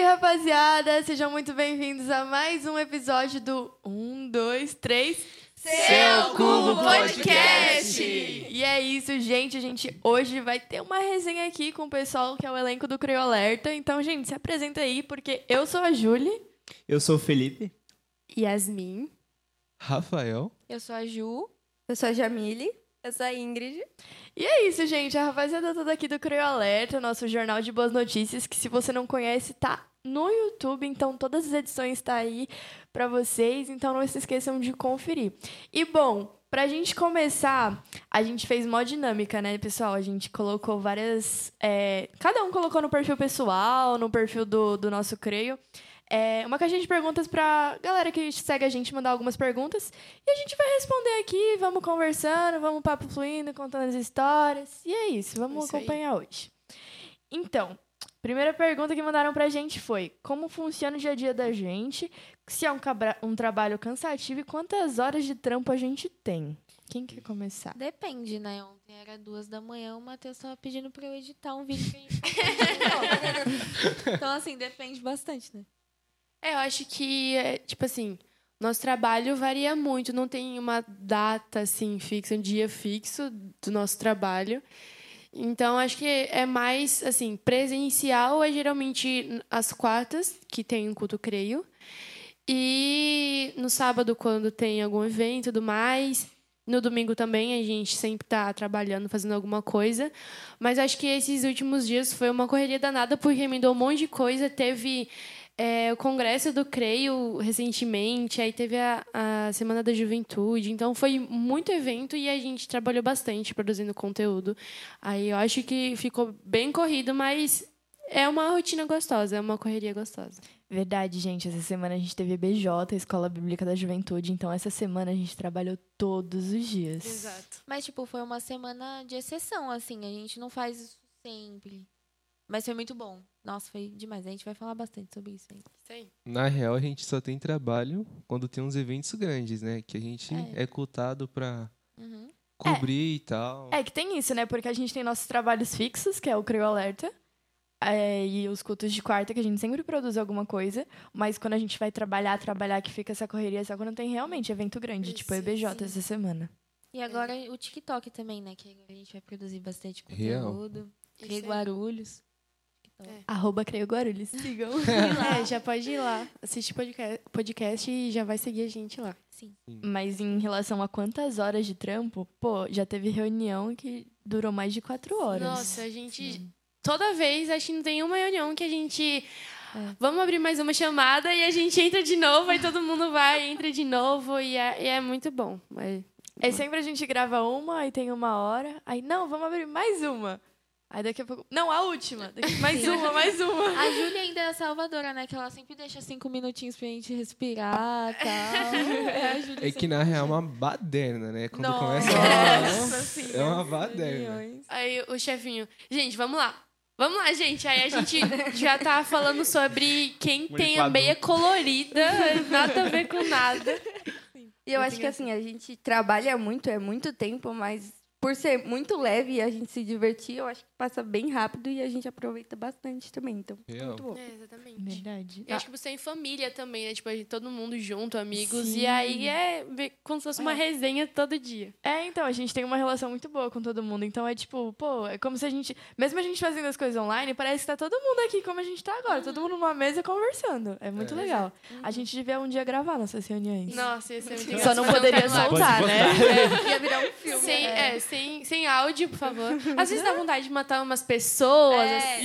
rapaziada! Sejam muito bem-vindos a mais um episódio do 1, 2, 3. Seu Cubo Podcast! E é isso, gente. A gente hoje vai ter uma resenha aqui com o pessoal que é o elenco do Creio Alerta. Então, gente, se apresenta aí, porque eu sou a Julie. Eu sou o Felipe. Yasmin. Rafael. Eu sou a Ju. Eu sou a Jamile. Eu sou a Ingrid. E é isso, gente. A rapaziada toda aqui do Creio Alerta, nosso jornal de boas notícias, que se você não conhece, tá no YouTube, então todas as edições tá aí pra vocês, então não se esqueçam de conferir. E bom, pra gente começar, a gente fez mó dinâmica, né, pessoal? A gente colocou várias. é, cada um colocou no perfil pessoal, no perfil do, do nosso Creio. é, uma caixinha de perguntas pra galera que segue a gente mandar algumas perguntas. E a gente vai responder aqui, vamos conversando, vamos papo fluindo, contando as histórias. E é isso, vamos Isso aí. acompanhar hoje. Então, primeira pergunta que mandaram pra gente foi: como funciona o dia a dia da gente? Se é um, cabra- um trabalho cansativo e quantas horas de trampo a gente tem? Quem quer começar? Depende, né? Ontem era duas da manhã, o Matheus tava pedindo pra eu editar um vídeo que a gente Então, assim, depende bastante, né? É, eu acho que, é, tipo assim, nosso trabalho varia muito, não tem uma data assim fixa, um dia fixo do nosso trabalho. Então, acho que é mais assim, presencial é geralmente às quartas, que tem um culto creio. E no sábado, quando tem algum evento e tudo mais. No domingo também, a gente sempre tá trabalhando, fazendo alguma coisa. Mas acho que esses últimos dias foi uma correria danada, porque emendou um monte de coisa. Teve é, o Congresso do Creio recentemente, aí teve a, a Semana da Juventude. Então foi muito evento e a gente trabalhou bastante produzindo conteúdo. Aí eu acho que ficou bem corrido, mas é uma rotina gostosa, é uma correria gostosa. Verdade, gente. Essa semana a gente teve BJ, Escola Bíblica da Juventude. Então, essa semana a gente trabalhou todos os dias. Mas, tipo, foi uma semana de exceção, assim. A gente não faz isso sempre. Mas foi muito bom. Nossa, foi demais. A gente vai falar bastante sobre isso aí. Na real, a gente só tem trabalho quando tem uns eventos grandes, né? Que a gente É. é, cultado pra Uhum. cobrir e tal. É que tem isso, né? Porque a gente tem nossos trabalhos fixos, que é o Creio Alerta, é, e os cultos de quarta, que a gente sempre produz alguma coisa, mas quando a gente vai trabalhar, trabalhar, que fica essa correria, só quando tem realmente evento grande, tipo o Isso, EBJ sim. essa semana. E agora o TikTok também, né? Que agora a gente vai produzir bastante Real. conteúdo. Isso Cria aí. Guarulhos. Arroba Creio Guarulhos, sigam. É, já pode ir lá, assistir podcast, podcast e já vai seguir a gente lá. Sim. mas em relação a quantas horas de trampo, pô, já teve reunião que durou mais de quatro horas. Nossa, a gente. Toda vez, acho que não tem uma reunião que a gente. É. Vamos abrir mais uma chamada e a gente entra de novo, aí todo mundo vai, entra de novo e é, e é muito bom. É, É sempre a gente grava uma, aí tem uma hora, aí não, vamos abrir mais uma. Aí daqui a pouco. Não, a última. Daqui- mais uma, mais uma. A Júlia ainda é a salvadora, né? Que ela sempre deixa cinco minutinhos pra gente respirar e tal. É a Júlia É que na real é uma baderna, né? Quando Nossa. começa a reunião, é uma baderna. reuniões. Aí o chefinho, gente, vamos lá. Vamos lá, gente. Aí a gente já tá falando sobre quem Um tem a liquido. meia colorida, nada a ver com nada. E eu acho que assim, a gente trabalha muito, é muito tempo, mas por ser muito leve e a gente se divertir, eu acho que passa bem rápido e a gente aproveita bastante também. Então, Real. muito bom. É, Né? exatamente. Verdade. E acho que você é em família também, né? Tipo, a gente- todo mundo junto, amigos. E aí é ver- como se fosse uma resenha todo dia. É, então, a gente tem uma relação muito boa com todo mundo. Então é tipo, pô, é como se a gente. Mesmo a gente fazendo as coisas online, parece que tá todo mundo aqui como a gente tá agora. Uhum. Todo mundo numa mesa conversando. É muito É. legal. A gente devia um dia gravar nossas reuniões. Nossa, ia ser muito Só engraçado. não poderia Não, soltar, né? Ia virar um filme. Sem, é, sem, sem áudio, por favor. Às vezes dá vontade de matar umas pessoas,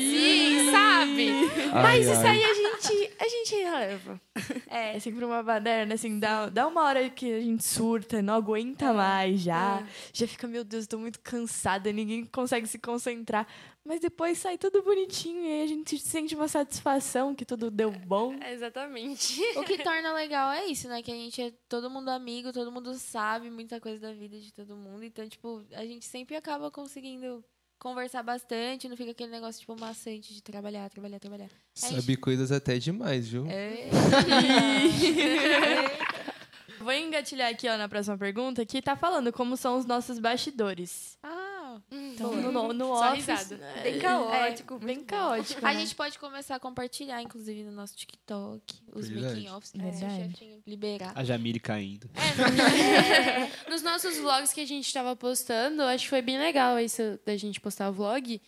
assim, sabe? Mas isso aí a gente, a gente releva. É sempre uma baderna, assim, dá, dá uma hora que a gente surta, não aguenta É, mais já. Já fica, meu Deus, tô muito cansada, ninguém consegue se concentrar. Mas depois sai tudo bonitinho e aí a gente sente uma satisfação que tudo deu bom. É, Exatamente. O que torna legal é isso, né? Que a gente é todo mundo amigo, todo mundo sabe muita coisa da vida de todo mundo. Então, tipo, a gente sempre acaba conseguindo conversar bastante, não fica aquele negócio, tipo, maçante de trabalhar, trabalhar, trabalhar. Sabe coisas até demais, viu? É. Vou engatilhar aqui ó, na próxima pergunta que tá falando como são os nossos bastidores. Ah, Então, no, no, no Só office, risada. né, Bem caótico. é bem caótico. É. A né? gente pode começar a compartilhar, inclusive, no nosso TikTok, os Verdade. making offs, É. se o Verdade. chefinho liberar. A Jamile caindo. É. Nos nossos vlogs que a gente estava postando, acho que foi bem legal isso da gente postar o vlog.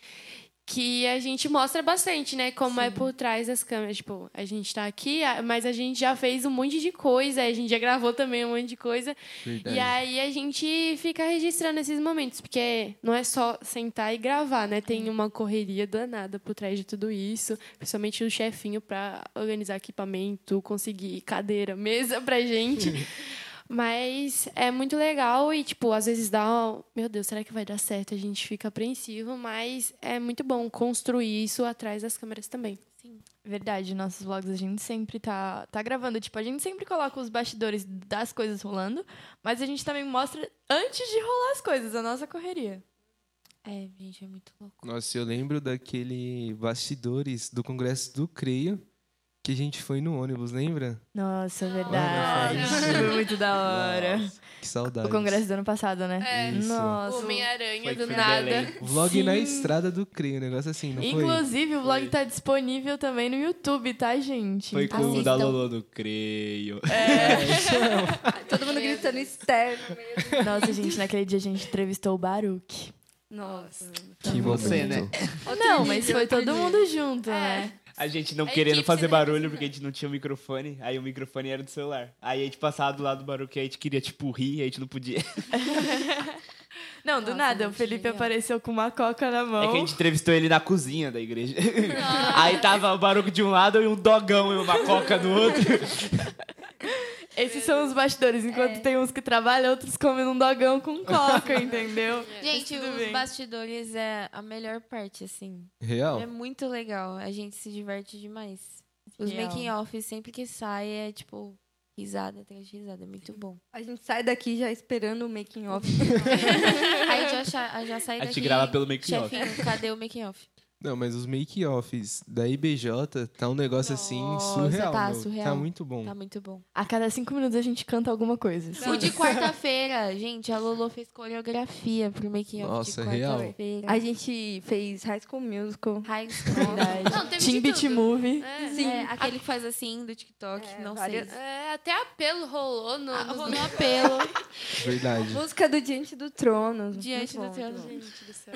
Que a gente mostra bastante, né? Como é por trás das câmeras. Tipo, a gente tá aqui, a- mas a gente já fez um monte de coisa, a gente já gravou também um monte de coisa. Verdade. E aí a gente fica registrando esses momentos, porque não é só sentar e gravar, né? Tem uma correria danada por trás de tudo isso, principalmente o chefinho para organizar equipamento, conseguir cadeira, mesa pra gente. Mas é muito legal e, tipo, às vezes dá. um, Meu Deus, será que vai dar certo? A gente fica apreensivo, mas é muito bom construir isso atrás das câmeras também. Verdade, nossos vlogs a gente sempre tá, tá gravando. Tipo, a gente sempre coloca os bastidores das coisas rolando, mas a gente também mostra antes de rolar as coisas, a nossa correria. É, gente, é muito louco. Nossa, eu lembro daquele bastidores do Congresso do Creio que a gente foi no ônibus, lembra? Nossa, verdade. Foi muito da hora. Nossa, que saudade. O congresso do ano passado, né? Isso. Nossa. Homem-Aranha do Foi nada. Belém. Vlog Sim. na estrada do Creio, um negócio assim, não foi? Inclusive, o vlog tá disponível também no YouTube, tá, gente? Foi com o Assistam. da Lolo do Creio. Todo mundo gritando externo. Nossa, gente, naquele dia a gente entrevistou o Baruque. Nossa. Que Você, momento. né? Não, mas foi todo mundo junto, né? A gente não A querendo equipe fazer sempre barulho precisando. porque a gente não tinha microfone. Aí o microfone era do celular. Aí a gente passava do lado do barulho que a gente queria, tipo, rir, a gente não podia. Não, do Nossa, nada, o gente, Felipe genial. apareceu com uma coca na mão. É que a gente entrevistou ele na cozinha da igreja. Aí tava o barulho de um lado e um dogão e uma coca do outro. Esses são os bastidores, enquanto tem uns que trabalham, outros comem um dogão com coca, entendeu? Gente, tudo os bem. bastidores é a melhor parte, assim. É Real? muito legal. A gente se diverte demais. Os Real. making offs sempre que sai, é tipo risada, atrás de risada. É muito bom. A gente sai daqui já esperando o making off. Aí já, cha- já sai A gente daqui. grava pelo making off. Chefinho, cadê o making off? Não, mas os make-offs da IBJ tá um negócio assim Nossa, surreal. tá meu. surreal. muito bom. Tá muito bom. A cada cinco minutos a gente canta alguma coisa. assim. O de quarta-feira, gente, a Lolo fez coreografia pro making off Nossa, de real. quarta-feira. A gente fez High School Musical. High Verdade. Não, teve Team de Beat tudo. Movie. É. Sim, é, aquele que faz assim do TikTok, não várias- sei. É, até apelo rolou no. Ah, nos- rolou um apelo Verdade. Música do Diante do Trono. diante do Muito bom, teu muito bom. Gente do céu.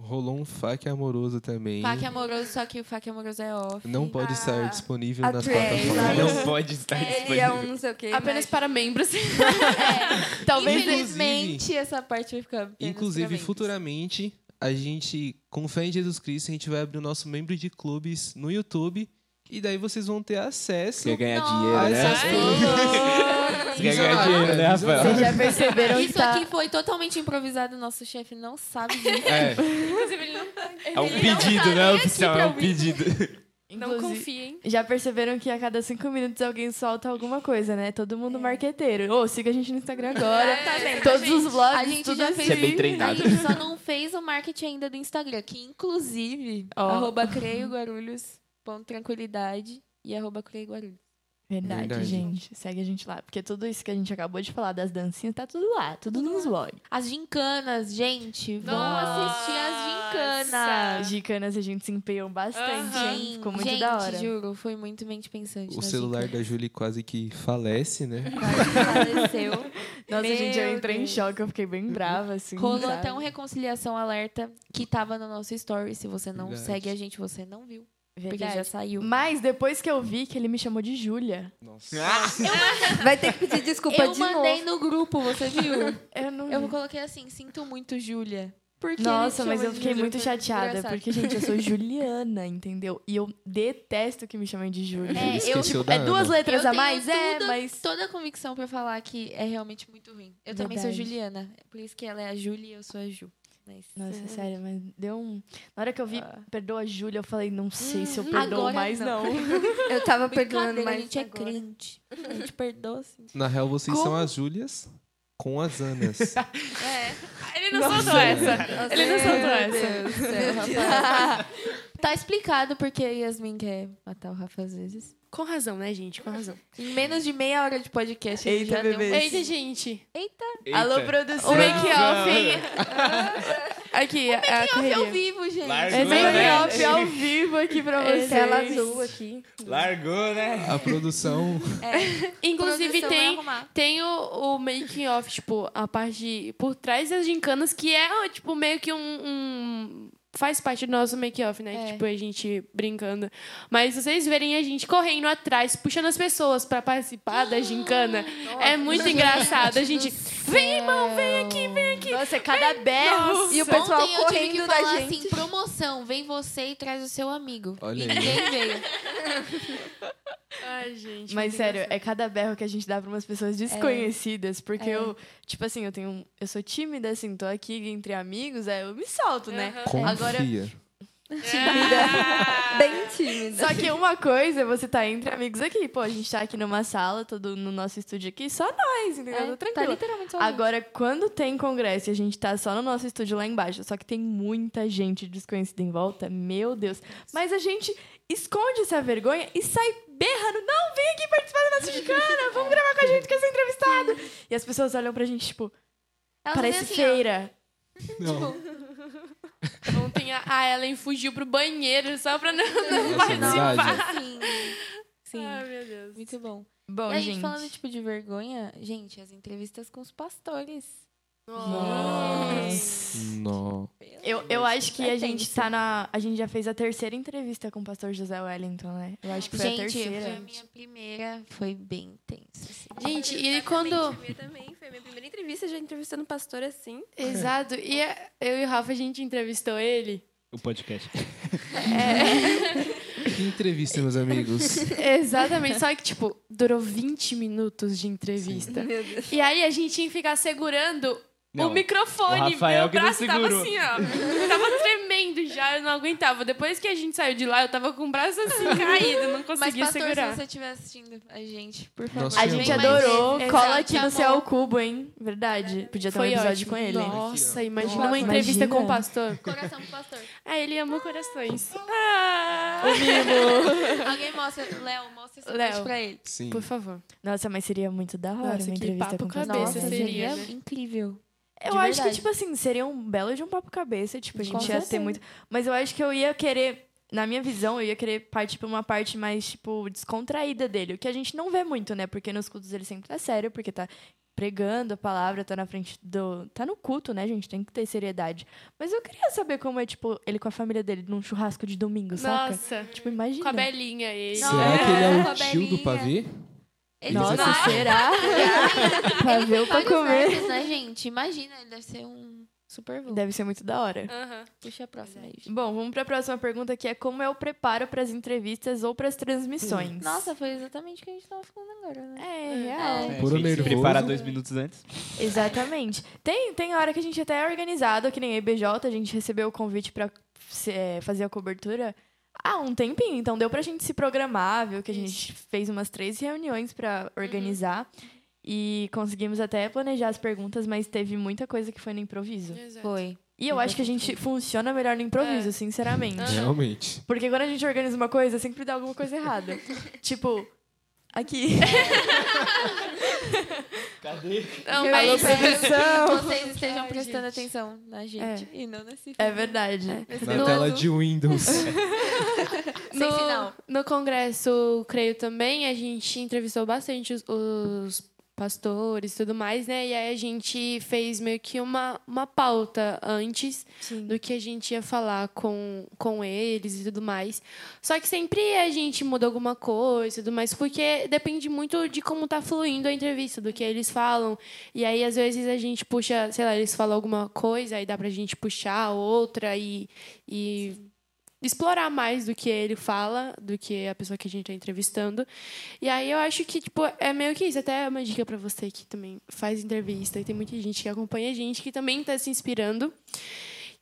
Rolou um fac amoroso também. fac amoroso, só que o fac amoroso é off. Não pode Ah, estar disponível a nas trend. plataformas. Não pode Tá estar Ele é um não sei o quê. Apenas para membros. Talvez É, Infelizmente, essa parte vai ficar. apenas pra Inclusive, mim. futuramente, a gente, com fé em Jesus Cristo, a gente vai abrir o nosso membro de clubes no YouTube. E daí vocês vão ter acesso. Quer ganhar Nossa, dinheiro, essas né? coisas. Quer ganhar dinheiro, né, Vocês Rafael? já perceberam que É, Isso tá... aqui foi totalmente improvisado, nosso chefe não sabe disso. É, É um pedido, não é oficial, é um pedido. Não Inclusive, confiem. Já perceberam que a cada cinco minutos alguém solta alguma coisa, né? Todo É. mundo marqueteiro. Ô, siga a gente no Instagram agora. Todos os vlogs, tá A gente Tá tudo já assim. fez. um- Você é bem treinado. A gente só não fez o marketing ainda do Instagram, que inclusive, Ó. arroba creio guarulhos, ponto tranquilidade e arroba creio guarulhos. Verdade, Verdade. gente. Segue a gente lá. Porque tudo isso que a gente acabou de falar das dancinhas tá tudo lá. Tudo nos vlogs. As gincanas, gente, vão Nossa. assistir as As gincanas. Gicanas a gente se empenhou bastante. Aham. hein? Ficou muito gente, da hora. juro, foi muito mente pensante. o nas celular da gincanas. Julie quase que falece, né? faleceu. Nossa, gente, eu Meu entrei em Deus. choque. Eu fiquei bem brava, assim. Rolou sabe? até um reconciliação alerta que tava no nosso story. Se você não Verdade. segue a gente, você não viu. Porque Verdade. já saiu. Mas depois que eu vi que ele me chamou de Júlia. Nossa. Vai ter que pedir desculpa eu de mandei novo. no grupo, você viu? Eu não. eu coloquei assim, sinto muito, Júlia. Por que Nossa, ele mas chama eu de fiquei Júlia? muito Foi chateada, engraçado. porque, gente, eu sou Juliana, entendeu? E eu detesto que me chamem de Júlia. É, Esqueceu eu- da É Ana. duas Eu letras a tenho mais? É, toda- mas. Toda a convicção pra falar que é realmente muito ruim. Eu também sou Verdade. Juliana. Por isso que ela é a Júlia e eu sou a Ju. Mas... Nossa, sério, mas deu um. Na hora que eu vi, Ah. Uhum. perdoa a Júlia, eu falei, não sei se eu perdoo agora mais, não. não. Eu tava perdoando, Brincadeira, a mas gente é Tá agora. crente. A gente perdoa, sim. Na real, vocês Como? são as Júlias com as Anas. É. Ele não soltou essa. Nossa, Ele não soltou meu essa. Deus do céu, rapaz. É. Tá explicado porque a Yasmin quer matar o Rafa às vezes. Com razão, né, gente? Com razão. Em menos de meia hora de podcast, ele Eita, já deu bebê. Eita, gente. Eita, Alô, produção. O make off. Aqui, a Making off é ao correria. vivo, gente. Largou, Esse é né? o off ao vivo aqui pra vocês. Tela azul aqui. Largou, né? A produção. Produção é é Inclusive, vai tem, arrumar. tem o, o making off, tipo, a parte de- por trás das gincanas, que é, ó, tipo, meio que um. um- faz parte do nosso make off, né? É. Que, tipo, a gente brincando. Mas vocês verem a gente correndo atrás, puxando as pessoas pra participar da gincana, é muito engraçado. A gente. Vem, irmão, vem aqui, vem aqui. Nossa, é cada berro. E o pessoal Ontem eu tive que correndo falar da gente. assim, promoção, vem você e traz o seu amigo. Olha e aí. ninguém veio. Ai, gente. Mas sério, é cada berro que a gente dá pra umas pessoas desconhecidas, porque É. eu, tipo assim, eu tenho, eu sou tímida assim, tô aqui entre amigos, aí eu me solto, né? Agora, Confia. Bem tímida. só que uma coisa, é você tá entre amigos aqui, pô, a gente tá aqui numa sala, todo no nosso estúdio aqui, só nós, entendeu? É, Tô tá tranquila. literalmente sozinho. Agora, quando tem congresso e a gente tá só no nosso estúdio lá embaixo, só que tem muita gente desconhecida em volta, meu Deus. Mas a gente esconde essa vergonha e sai berrando. Não, vem aqui participar da nossa chicana, vamos gravar com a gente que eu sou entrevistado. E as pessoas olham pra gente, tipo, Elas parece assim, ó, feira. Não. Ontem a, a Ellen fugiu pro banheiro só pra não, não Nossa, é participar. verdade. Sim. Sim. Ai, meu Deus. Muito bom. Bom, e a gente, gente. falando, tipo, de vergonha, gente, as entrevistas com os pastores. Nossa. Não. Eu, eu acho que a É gente tenso. tá na. A gente já fez a terceira entrevista com o pastor José Wellington, né? Eu acho que foi gente, a terceira. foi a minha primeira, foi bem tenso. assim. Gente, e quando. Minha também, foi minha primeira entrevista, já entrevistando pastor assim. Exato. E a- eu e o Rafa, a gente entrevistou ele. O podcast. Que entrevista, meus amigos. Exatamente. Só que, tipo, durou 20 minutos de entrevista. Meu Deus. E aí a gente tinha que ficar segurando Não, o microfone. o Rafael meu que não braço tava segurou. assim, ó. Tava tremendo já, eu não aguentava. Depois que a gente saiu de lá, eu tava com o braço assim caído, não Mas, conseguia pastor, segurar. se você estiver assistindo a gente, por favor. Nossa, A Sim, gente mas- adorou. Exato, Cola aqui no amor. céu cubo, hein? É. Verdade. Podia ter um episódio com ele. Nossa, imagina Nossa, uma entrevista imagina. com o pastor. Coração pro pastor. Ah, ele amou corações. Alguém mostra, Léo, mostra esse Léo. vídeo pra ele. Sim. Por favor. Nossa, mas seria muito da hora Nossa, uma que entrevista papo com o cabeça Cabeça. Nossa, seria, né? incrível. Eu de acho que, verdade. tipo assim, seria um belo de um papo cabeça. Tipo, a Com gente ia ter certeza. muito. Mas eu acho que eu ia querer, na minha visão, eu ia querer partir pra uma parte mais, tipo, descontraída dele. O que a gente não vê muito, né? Porque nos cultos ele sempre tá sério, porque tá pregando a palavra, tá na frente do. Tá no culto, né, gente? Tem que ter seriedade. Mas eu queria saber como é, tipo, ele com a família dele num churrasco de domingo, saca? Nossa. Tipo, imagina. Com a Belinha ele. Será que ele é Não, o tio do Belinha. pavê? Ele Nossa, tem vários- será? pra ver ou pra vários comer. nerds, né, gente? Imagina, ele deve ser um super voo. Deve ser muito da hora. Aham. Puxa a próxima aí. gente. Bom, vamos para a próxima pergunta, que é como é o preparo para as entrevistas ou para as transmissões? Nossa, foi exatamente o que a gente tava falando agora, né? É, real. Puro a gente se nervoso. Prepara dois minutos antes. Exatamente. Tem, tem hora que a gente até é organizado, que nem a IBJ, a gente recebeu o convite para fazer a cobertura há um tempinho, então deu pra gente se programar, viu? Que a gente fez umas três reuniões para organizar. E conseguimos até planejar as perguntas, mas teve muita coisa que foi no improviso. Foi. E eu acho que a gente funciona melhor no improviso, É. sinceramente. Realmente. Porque quando a gente organiza uma coisa, sempre dá alguma coisa errada. tipo, aqui. Cadê? Não, mas Vocês estejam Ai, prestando gente. atenção na gente e não nesse filme. É verdade. Na tela de Windows. Sem sinal. no congresso, creio também, a gente entrevistou bastante os, os pastores e tudo mais, né? E aí a gente fez meio que uma, uma pauta antes Sim. do que a gente ia falar com, com eles e tudo mais. Só que sempre a gente muda alguma coisa e tudo mais, porque depende muito de como tá fluindo a entrevista, do que eles falam. E aí, às vezes, a gente puxa, sei lá, eles falam alguma coisa, aí dá pra gente puxar outra e, e explorar mais do que ele fala, do que a pessoa que a gente tá entrevistando. E aí eu acho que, tipo, é meio que isso. Até uma dica pra você que também faz entrevista e tem muita gente que acompanha a gente, que também tá se inspirando.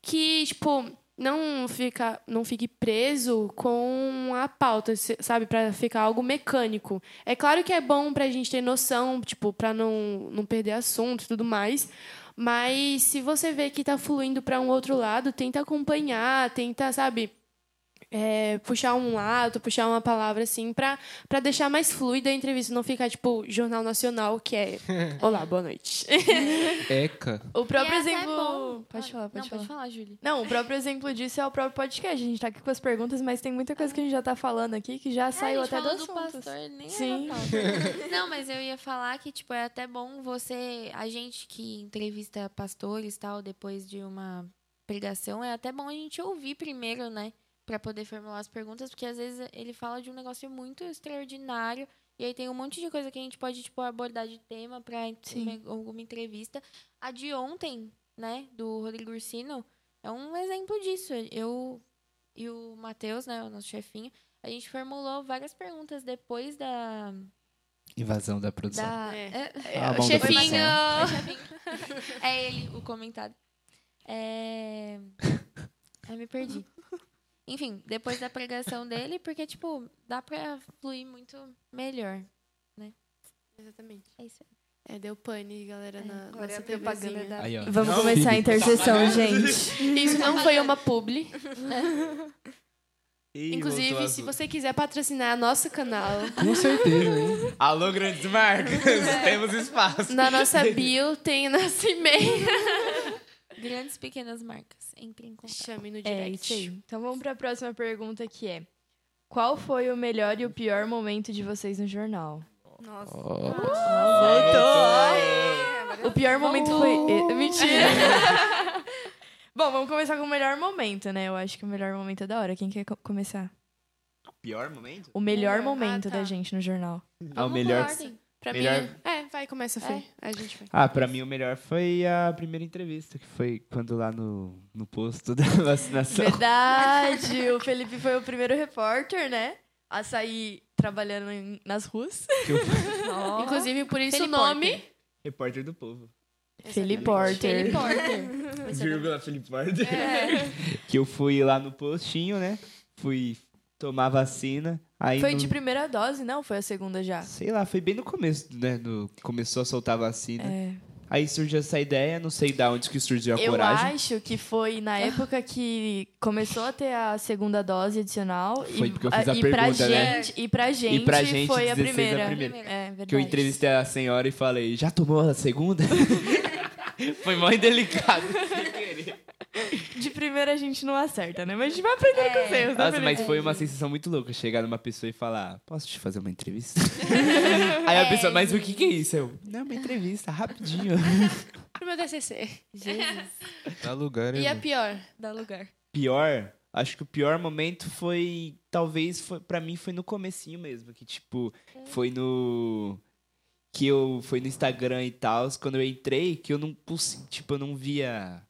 Que, tipo, não, fica, não fique preso com a pauta, se- sabe? Pra ficar algo mecânico. É claro que é bom pra gente ter noção, tipo, pra não, não perder assunto e tudo mais. Mas se você vê que tá fluindo pra um outro lado, tenta acompanhar, tenta, sabe? é, puxar um lado, puxar uma palavra assim, pra, pra deixar mais fluida a entrevista, não ficar tipo Jornal Nacional, que é Olá, boa noite. Eca. O próprio E até é exemplo. bom. Pode falar, pode Não, falar. pode falar, Júlia. Não, o próprio exemplo disso é o próprio podcast. A gente tá aqui com as perguntas, mas tem muita coisa que a gente já tá falando aqui que já saiu É, a gente até do falou assunto. pastor, nem Sim. era pauta. Não, mas eu ia falar que, tipo, é até bom você... A gente que entrevista pastores e tal, depois de uma pregação, é até bom a gente ouvir primeiro, né? Pra poder formular as perguntas, porque às vezes ele fala de um negócio muito extraordinário e aí tem um monte de coisa que a gente pode, tipo, abordar de tema pra en- Sim. uma- alguma entrevista. A de ontem, né, do Rodrigo Ursino, é um exemplo disso. Eu e o Matheus, né, o nosso chefinho, a gente formulou várias perguntas depois da. Invasão da produção. da É. é, Ah, bom, Chefinho! é, chefinho. É ele, o comentário. É. Ai, me perdi. Enfim, depois da pregação dele, porque, tipo, dá pra fluir muito melhor. Exatamente. É isso aí. É, deu pane, galera, na Agora é Ah, nossa a propaganda TVzinha. da... Aí, ó. Vamos Não, começar a Felipe, tá intercessão, falando. gente. Isso não foi uma publi. Ih, voltou Inclusive, se azul. você quiser patrocinar nosso canal, Com certeza, hein? Alô, grandes marcas, temos espaço. na nossa bio tem nosso e-mail. Grandes pequenas marcas. Entre em contato. Chame no É isso aí. direct. Então vamos pra próxima pergunta que é: Qual foi o melhor e o pior momento de vocês no jornal? Nossa. Ó, O pior momento foi. eh, Mentira! Bom, vamos começar com o melhor momento, né? Eu acho que o melhor momento é da hora. Quem quer co- começar? Pior momento? O melhor Ah, momento tá. da gente no jornal. Ah, o Vamos melhor. por ordem. Pra Melhor- mim. É, vai, começa, Fê. A gente vai. Ah, pra mim o melhor foi a primeira entrevista, que foi quando lá no, no posto da vacinação. Verdade! O Felipe foi o primeiro repórter, né? A sair trabalhando em- nas ruas. que eu fui Inclusive, por isso o Felipe nome. repórter do povo. Felipe Porter. Felipe Porter. Vírgula Felipe Porter. Que eu fui lá no postinho, né? Fui tomar vacina. Aí Foi no- de primeira dose, não? Foi a segunda já. Sei lá, foi bem no começo, né? No... Começou a soltar a vacina. É. Aí surgiu essa ideia, não sei da onde que surgiu a Eu coragem. acho que foi Ah. na época que começou a ter a segunda dose adicional. Foi e, porque eu fiz a e pra pergunta, né? gente, E pra gente, pra gente, foi a 16 a primeira. primeira. É, verdade. Que eu entrevistei a senhora e falei, já tomou a segunda? Foi mó indelicado. sem querer. De primeira a gente não acerta, né? Mas a gente vai aprender com É. os erros, né, Nossa, Felipe? mas foi uma sensação muito louca chegar numa pessoa e falar, posso te fazer uma entrevista? Aí a pessoa, mas o que que é isso? Eu, não, uma entrevista, rapidinho. Pro meu TCC. Jesus. dá Tá lugar, hein? E a mano? pior? Dá lugar. pior, acho que o pior momento foi, talvez, foi, pra mim foi no comecinho mesmo, que tipo, foi no que eu foi no Instagram e tal, quando eu entrei, que eu não consegui, tipo, eu não via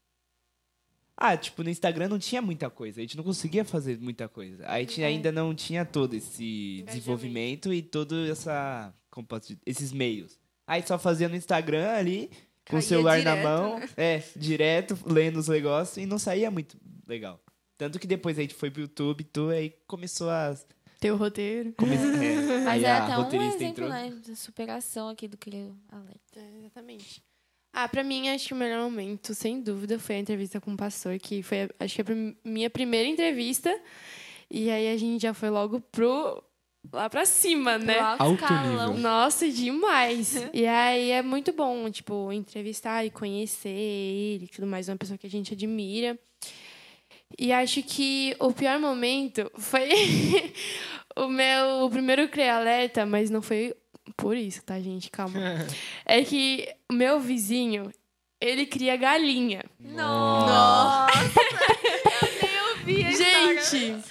Ah, tipo, no Instagram não tinha muita coisa, a gente não conseguia fazer muita coisa. Aí É. tinha, ainda não tinha todo esse desenvolvimento e todo essa, como posso dizer, esses meios. Aí só fazia no Instagram ali, com o Caía celular na direto, mão, né? é, direto, lendo os negócios e não saía muito legal. Tanto que depois a gente foi pro YouTube e tu, aí começou a. Teu roteiro. Comece... é, Mas aí é a até um roteirista exemplo, entrou. né? Da superação aqui do Crio Alerta. É, exatamente. Ah, pra mim, acho que o melhor momento, sem dúvida, foi a entrevista com o pastor, que foi, acho que, a prim- minha primeira entrevista. E aí a gente já foi logo pro. lá pra cima, né? Pro alto Alto escalão. Nossa, demais! e aí é muito bom, tipo, entrevistar e conhecer ele e tudo mais, uma pessoa que a gente admira. E acho que o pior momento foi o meu primeiro CREA Alerta, mas não foi por isso, tá, gente? Calma. é que o meu vizinho, ele cria galinha. Nossa! Eu nem ouvi a história. Gente!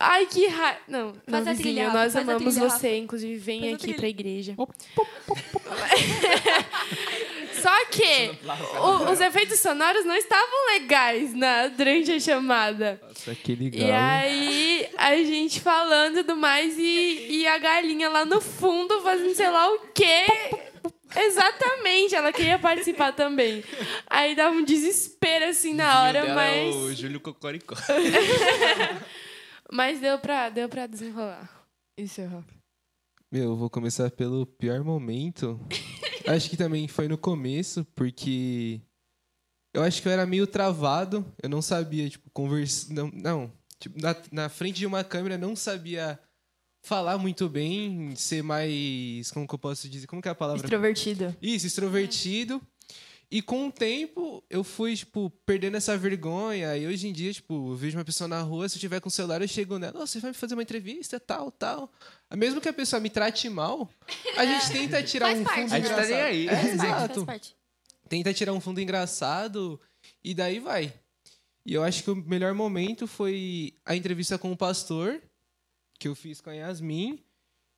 Ai, que ra... Não, não, a trilha, vizinho, Rafa, nós faz a amamos trilha, Rafa. você. Inclusive, vem Faz a aqui trilha. pra igreja. Só que o- os efeitos sonoros não estavam legais na, durante a chamada. Nossa, que legal. E aí, a gente falando e tudo mais e, e a galinha lá no fundo fazendo sei lá o quê. Exatamente, ela queria participar também. Aí dava um desespero assim na hora, mas, O Júlio Cocoricó. mas deu, pra, deu pra desenrolar. Isso, Rafa. Meu, eu vou começar pelo pior momento. acho que também foi no começo, porque eu acho que eu era meio travado. Eu não sabia, tipo, conversar. Não, não, tipo, na, na frente de uma câmera não sabia falar muito bem, ser mais. Como que eu posso dizer? Como que é a palavra? Extrovertido. Isso, extrovertido. E com o tempo, eu fui, tipo, perdendo essa vergonha. E hoje em dia, tipo, eu vejo uma pessoa na rua, se eu tiver com o celular, eu chego nela, "Ô, você vai me fazer uma entrevista, tal, tal. Ah, Mesmo que a pessoa me trate mal, a gente tenta tirar Faz um parte, fundo né? A gente tá nem engraçado. aí. É, Faz parte, exato. faz parte. Tenta tirar um fundo engraçado e daí vai. E eu acho que o melhor momento foi a entrevista com o pastor, que eu fiz com a Yasmin.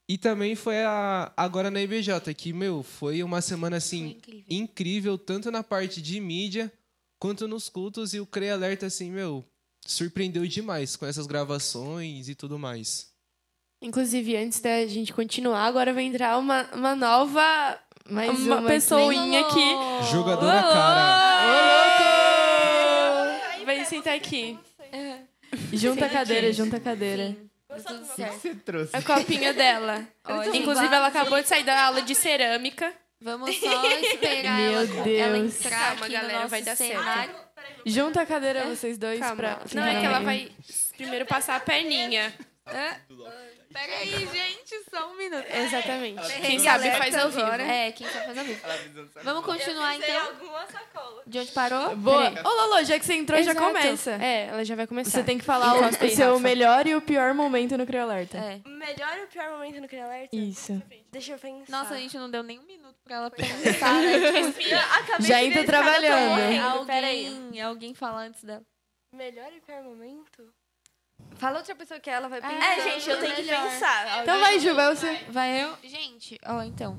E também foi a agora na IBJ, que, meu, foi uma semana Foi assim incrível. incrível, tanto na parte de mídia quanto nos cultos. E o CREI Alerta, assim, meu, surpreendeu demais com essas gravações e tudo mais. Inclusive, antes da gente continuar, agora vai entrar uma, uma nova. Mais Uma uma, pessoinha aqui. Jogadora cara. Vem sentar aqui. É. Junta a cadeira, junta a cadeira. Deu tudo O que certo. você trouxe? A copinha dela. Olha, Inclusive, ela acabou de sair da aula de cerâmica. Vamos só esperar Meu ela, ela Deus. entrar Calma, aqui galera, no nosso vai dar certo. cenário. Junta a cadeira, vocês dois, pra. É. Não, é que ela vai primeiro passar a perninha. Pera aí, gente, só um minuto. Exatamente. Quem Perrengue sabe alerta faz ao vivo. agora. É, quem sabe faz ao vivo. Vamos continuar, então. De onde parou? Boa. Ô, Lolo, já que você entrou, já Exato. começa. É, ela já vai começar. Você tem que falar o, Encosta aí, o seu Rafa. melhor e o pior momento no Crio Alerta. É. Melhor e o pior momento no Cria Alerta? Isso. Deixa eu pensar. Nossa, a gente não deu nem um minuto pra ela pensar. né? Acabei Já de pensar, entra eu tô trabalhando. morrendo, Peraí. alguém, alguém fala antes dela. Melhor e pior momento? Fala outra pessoa que ela vai pensar. É, gente, eu tenho que melhor. pensar. Então vai, Ju, vai você. Vai eu? Gente, ó, então.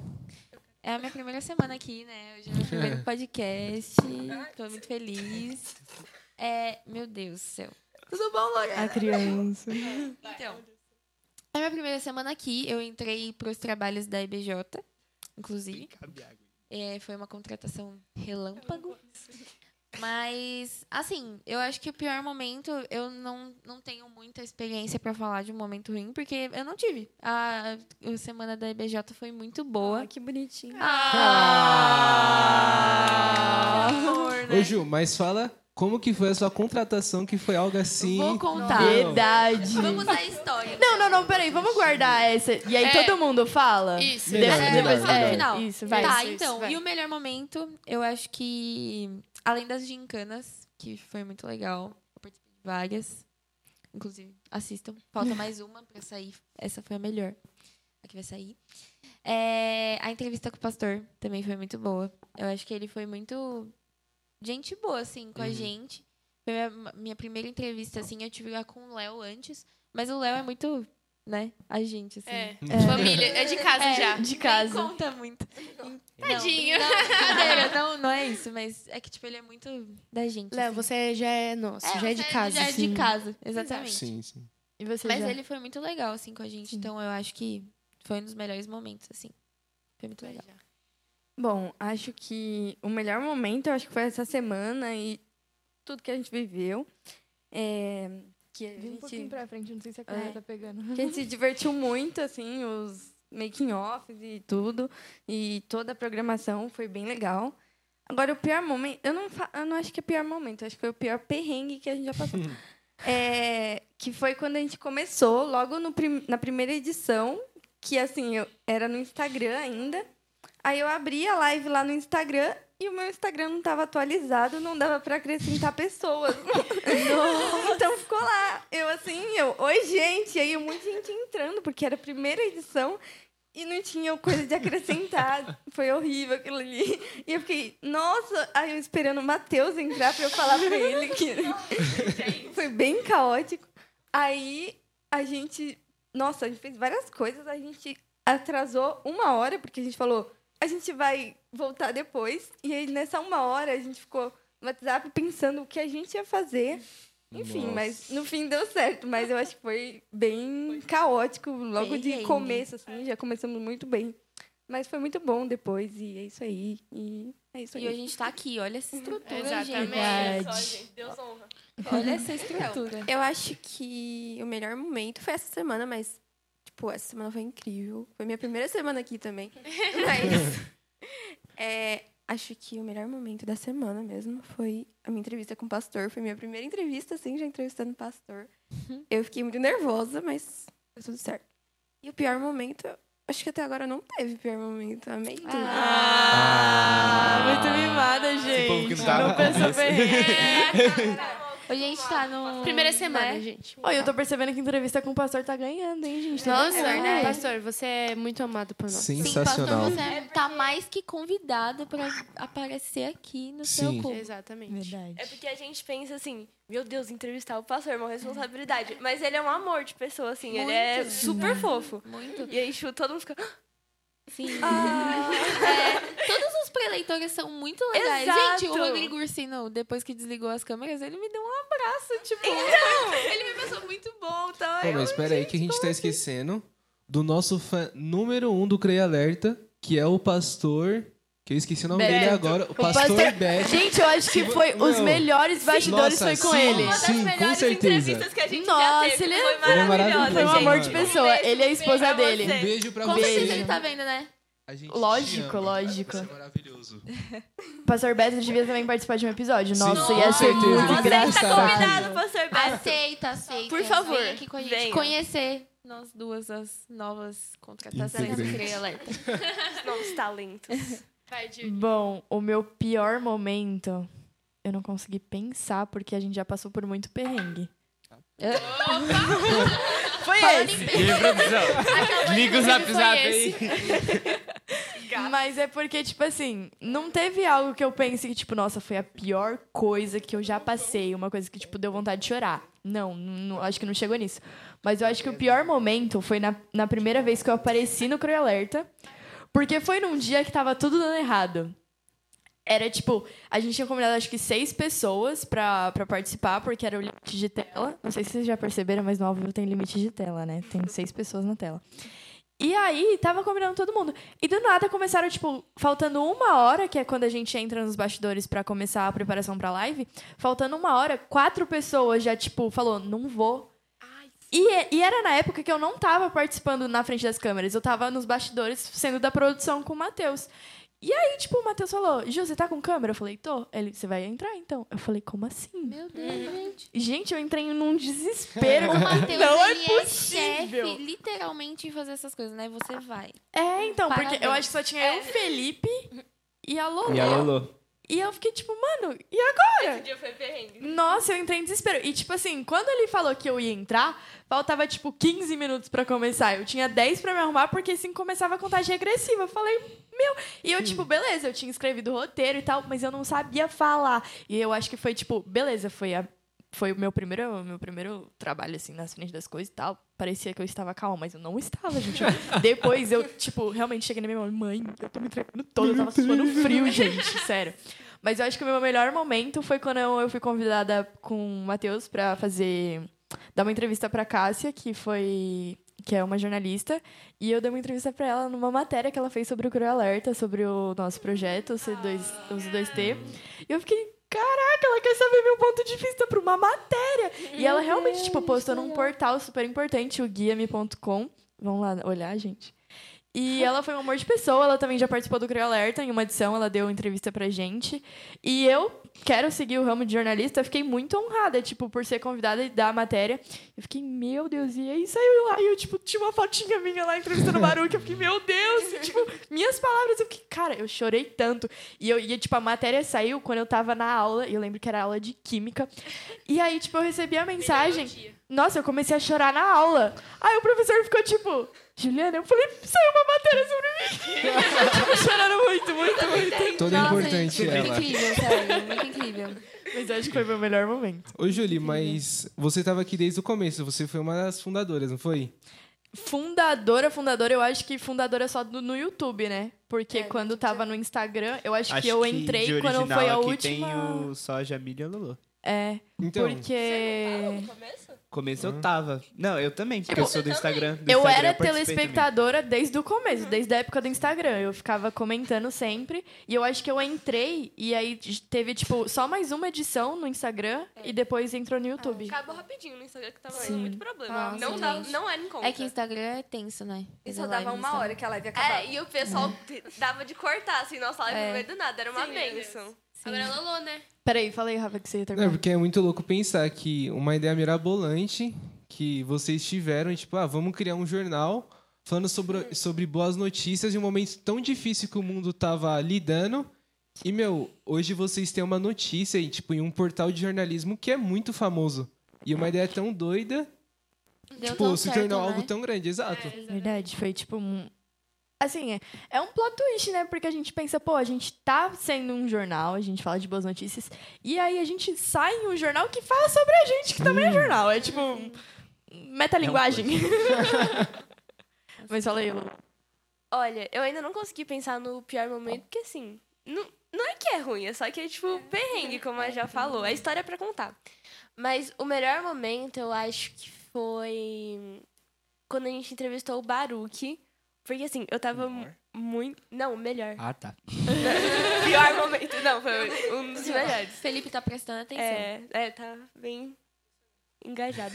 É a minha primeira semana aqui, né? Hoje é meu primeiro podcast. Tô muito feliz. É, meu Deus do céu. Tudo bom, Lorena? A criança. Então, é minha primeira semana aqui. Eu entrei pros trabalhos da IBJ, inclusive. É, foi uma contratação relâmpago. Mas, assim, eu acho que o pior momento, eu não, não tenho muita experiência pra falar de um momento ruim, porque eu não tive. A, a semana da IBJ foi muito Ah, boa. Que bonitinho. Ah, Amor, né? Ô, Ju, mas fala como que foi a sua contratação, que foi algo assim... Vou Tá. contar. Verdade. Vamos à história. Não, não, não, peraí, vamos guardar essa. E aí É. todo mundo fala? Isso. Depois- Melhor, depois- melhor, é, melhor. Final. Isso, vai. tá, isso, isso, então. vai. E o melhor momento, eu acho que. Além das gincanas, que foi muito legal. Eu participei de várias. Inclusive, assistam. Falta mais uma pra sair. Essa foi a melhor. A que vai sair. É, a entrevista com o pastor também foi muito boa. Eu acho que ele foi muito. Gente boa, assim, com a Uhum. gente. Foi a minha, minha primeira entrevista, assim. Eu tive a com o Léo antes. Mas o Léo é muito, né? A gente, assim. É. Família, é de casa É. já. De casa. Nem conta muito. Então, Tadinho. Não, brincadeira, não, não é isso, mas é que tipo, ele é muito da gente. Léo, assim. você já é nosso, já é de você casa. Já é de sim. casa, exatamente. Sim, sim. E você Mas já? ele foi muito legal, assim, com a gente. Então eu acho que foi um dos melhores momentos, assim. Foi muito legal. Bom, acho que o melhor momento, eu acho que foi essa semana e tudo que a gente viveu. É, que a Vem um pouquinho gente, pra frente, não sei se a câmera É. tá pegando. que a gente se divertiu muito, assim, os making-offs e tudo. E toda a programação foi bem legal. Agora, o pior momento... Eu não, fa- eu não acho que é pior momento, eu acho que foi o pior perrengue que a gente já passou. É, que foi quando a gente começou, logo no prim- na primeira edição, que assim, eu era no Instagram ainda. Aí eu abri a live lá no Instagram e o meu Instagram não estava atualizado, não dava para acrescentar pessoas. então ficou lá. Eu assim, eu, oi gente, aí muita gente entrando, porque era a primeira edição e não tinha coisa de acrescentar. Foi horrível aquilo ali. E eu fiquei, nossa, aí eu esperando o Matheus entrar para eu falar para ele que foi bem caótico. Aí a gente, nossa, a gente fez várias coisas, a gente atrasou uma hora, porque a gente falou, a gente vai voltar depois. E aí, nessa uma hora, a gente ficou no WhatsApp pensando o que a gente ia fazer. Enfim, Nossa. mas no fim deu certo. Mas eu acho que foi bem caótico, logo de Perrengue. começo, assim, já começamos muito bem. Mas foi muito bom depois, e é isso aí. E é isso aí. E hoje a gente tá aqui, olha essa Uhum. estrutura, gente. Exatamente. Olha só, gente. Deus honra. Olha essa estrutura. Eu acho que o melhor momento foi essa semana, mas, tipo, essa semana foi incrível. Foi minha primeira semana aqui também. Mas é, Acho que o melhor momento da semana mesmo foi a minha entrevista com o pastor. Foi minha primeira entrevista, assim, já entrevistando o pastor. Uhum. Eu fiquei muito nervosa, mas deu tudo certo. E o pior momento, acho que até agora não teve pior momento. Amei tudo. Ah, Ah, muito mimada, gente. povo que não tava não pensou É, bem. Hoje a gente tá no. Primeira semana, gente. Olha, né? eu tô percebendo que entrevista com o pastor tá ganhando, hein, gente? Tá Nossa, verdade. pastor, você é muito amado por nós. Sim, Sensacional. pastor, você tá mais que convidada pra aparecer aqui no Sim. seu culto. Exatamente. É porque a gente pensa assim, meu Deus, entrevistar o pastor é uma responsabilidade. Mas ele é um amor de pessoa, assim, ele é super fofo. Muito. E aí, tipo, todo mundo fica. Sim. Ah. É, todos os preleitores são muito legais. Exato. Gente, o Rodrigo Ursino, depois que desligou as câmeras, ele me deu um abraço, tipo... ele me pensou muito bom, então... Pô, mas espera aí que a gente assim? tá esquecendo do nosso fã número um do Crei Alerta, que é o pastor... Que eu esqueci o nome dele Beto. agora. O pastor, pastor- Beto. Um Gente, eu acho que foi os Não. melhores bastidores Nossa, foi com sim. ele. Uma das Sim, com melhores certeza. entrevistas que a gente Nossa, já teve. ele é- foi ele é maravilhosa. maravilhoso, Foi um amor de mano. pessoa. beijo, Ele é a beijo esposa pra dele. você. Um beijo pra Com certeza ele você. tá vendo, né? A gente assim? Lógico, te ama, cara. lógico. Você é maravilhoso. Pastor Beto devia também participar de um episódio. Sim, Nossa, com ia ser certeza. muito Você Tá está engraçado. convidado, pastor Beto. Aceita, aceita. Por favor, Vem aqui com a gente. venha. Conhecer nós duas as novas contratações do Integrantes. Creio Alerta. Novos tá talentos. Bom, o meu pior momento, eu não consegui pensar porque a gente já passou por muito perrengue. Foi esse. Liga o zap zap aí. Mas é porque, tipo assim, não teve algo que eu pense que, tipo, nossa, foi a pior coisa que eu já passei. Uma coisa que, tipo, deu vontade de chorar. Não, não- acho que não chegou nisso. Mas eu acho que o pior momento foi na, na primeira vez que eu apareci no Croi Alerta. Porque foi num dia que tava tudo dando errado. Era tipo, a gente tinha convidado acho que seis pessoas pra, pra participar, porque era o limite de tela. Não sei se vocês já perceberam, mas no ao vivo tem limite de tela, né? Tem seis pessoas na tela. E aí, tava combinando todo mundo. E do nada começaram, tipo, faltando uma hora, que é quando a gente entra nos bastidores pra começar a preparação pra live. Faltando uma hora, quatro pessoas já, tipo, falou, não vou. E, é- e era na época que eu não tava participando na frente das câmeras. Eu tava nos bastidores sendo da produção com o Matheus. E aí, tipo, o Matheus falou, Ju, você tá com câmera? Eu falei, tô. Ele, você vai entrar então? Eu falei, como assim? Meu Deus, gente. Gente, eu entrei num desespero. O Matheus, Não é ele é, chefe, possível. literalmente, em fazer essas coisas, né? Você vai. É, então, porque eu Parabéns. acho que só tinha eu, o Felipe e a Lola. E a Lolo. E eu fiquei tipo, mano, e Esse dia foi perrengue. Nossa, eu entrei em desespero. E, tipo assim, quando ele falou que eu ia entrar, faltava, tipo, 15 minutos pra começar. Eu tinha 10 pra me arrumar, porque, assim, começava a contagem regressiva. Eu falei, meu... E eu, tipo, beleza, eu tinha escrevido o roteiro e tal, mas eu não sabia falar. E eu acho que foi, tipo, beleza, foi a... Foi o meu primeiro, o meu primeiro trabalho, assim, nas frente das coisas e tal. Parecia que eu estava calma, mas eu não estava, gente. Depois eu, tipo, realmente cheguei na minha mãe, mãe, eu tô me tremendo toda, eu tava suando frio, gente, sério. Mas eu acho que o meu melhor momento foi quando eu eu fui convidada com o Matheus pra fazer. dar uma entrevista pra Cássia, que foi. que é uma jornalista. E eu dei uma entrevista pra ela numa matéria que ela fez sobre o Cruel Alerta, sobre o nosso projeto, o C2, os 2T. E eu fiquei. Caraca, ela quer saber meu ponto de vista pra uma matéria. E ela realmente, tipo, postou num portal super importante, o guiame.com. Vão lá olhar, gente. E ela foi um amor de pessoa, ela também já participou do Crio Alerta, em uma edição ela deu entrevista pra gente. E eu quero seguir o ramo de jornalista, fiquei muito honrada, tipo, por ser convidada e dar a matéria. Eu fiquei, meu Deus, e aí saiu lá, e eu, tipo, tinha uma fotinha minha lá entrevistando o Baruque, eu fiquei, meu Deus, e, tipo, minhas palavras, eu fiquei, cara, eu chorei tanto. E eu ia, tipo, a matéria saiu quando eu tava na aula, e eu lembro que era aula de química. E aí, tipo, eu recebi a mensagem. Nossa, eu comecei a chorar na aula. Aí o professor ficou tipo, Juliana, eu falei, saiu uma matéria sobre mim. Eu, tipo, chorando muito, muito, muito. Toda Nossa, importante gente, ela. Muito incrível, sério. Muito incrível. Mas eu acho que foi meu melhor momento. Ô, Julie, mas você tava aqui desde o começo. Você foi uma das fundadoras, não foi? Fundadora, fundadora, eu acho que fundadora é só no, no YouTube, né? Porque É, quando tava no Instagram, eu acho, que eu de entrei quando original foi a aqui última. tem o só a Jamília e a Lolo. É, Então, porque. No começo? Começo eu tava. Não, eu também, porque eu, sou do Instagram. do Eu Instagram era participei também. telespectadora desde o começo, desde a época do Instagram. Eu ficava comentando sempre. E eu acho que eu entrei e aí t- teve, tipo, só mais uma edição no Instagram e depois entrou no YouTube. É, Acabou rapidinho no Instagram, que tava Sim. dando muito problema. Nossa, não, dá, gente. não era em conta. É que Instagram é tenso, né? E Fazer só live dava no uma Instagram. hora que a live acabava. É, e o pessoal te- dava de cortar, assim, nossa live É. não veio do nada, era uma bênção. Agora ela Lolo, né? Peraí, falei, Rafa, que você ia Não, terminar. porque é muito louco pensar que uma ideia mirabolante que vocês tiveram, tipo, ah, vamos criar um jornal falando sobre, sobre boas notícias de um momento tão difícil que o mundo tava lidando. E, meu, hoje vocês têm uma notícia e, tipo, em um portal de jornalismo que é muito famoso. E uma ideia tão doida, Deu tipo, tão se certo, tornou né? algo tão grande, exato. Verdade, foi tipo um. Assim, é, é um plot twist, né? Porque a gente pensa, pô, a gente tá sendo um jornal, a gente fala de boas notícias, e aí a gente sai em um jornal que fala sobre a gente, que também é jornal. É tipo. metalinguagem. um Mas fala aí, Lu. Olha, eu ainda não consegui pensar no pior momento, porque assim, não, não é que é ruim, é só que é tipo perrengue, como a já falou. É história pra contar. Mas o melhor momento, eu acho que foi quando a gente entrevistou o Baruque. Porque assim, eu tava Melhor? muito. Não, melhor. Ah, tá. Pior momento. Não, foi um dos melhores. Felipe tá prestando atenção. É, é, tá bem engajado.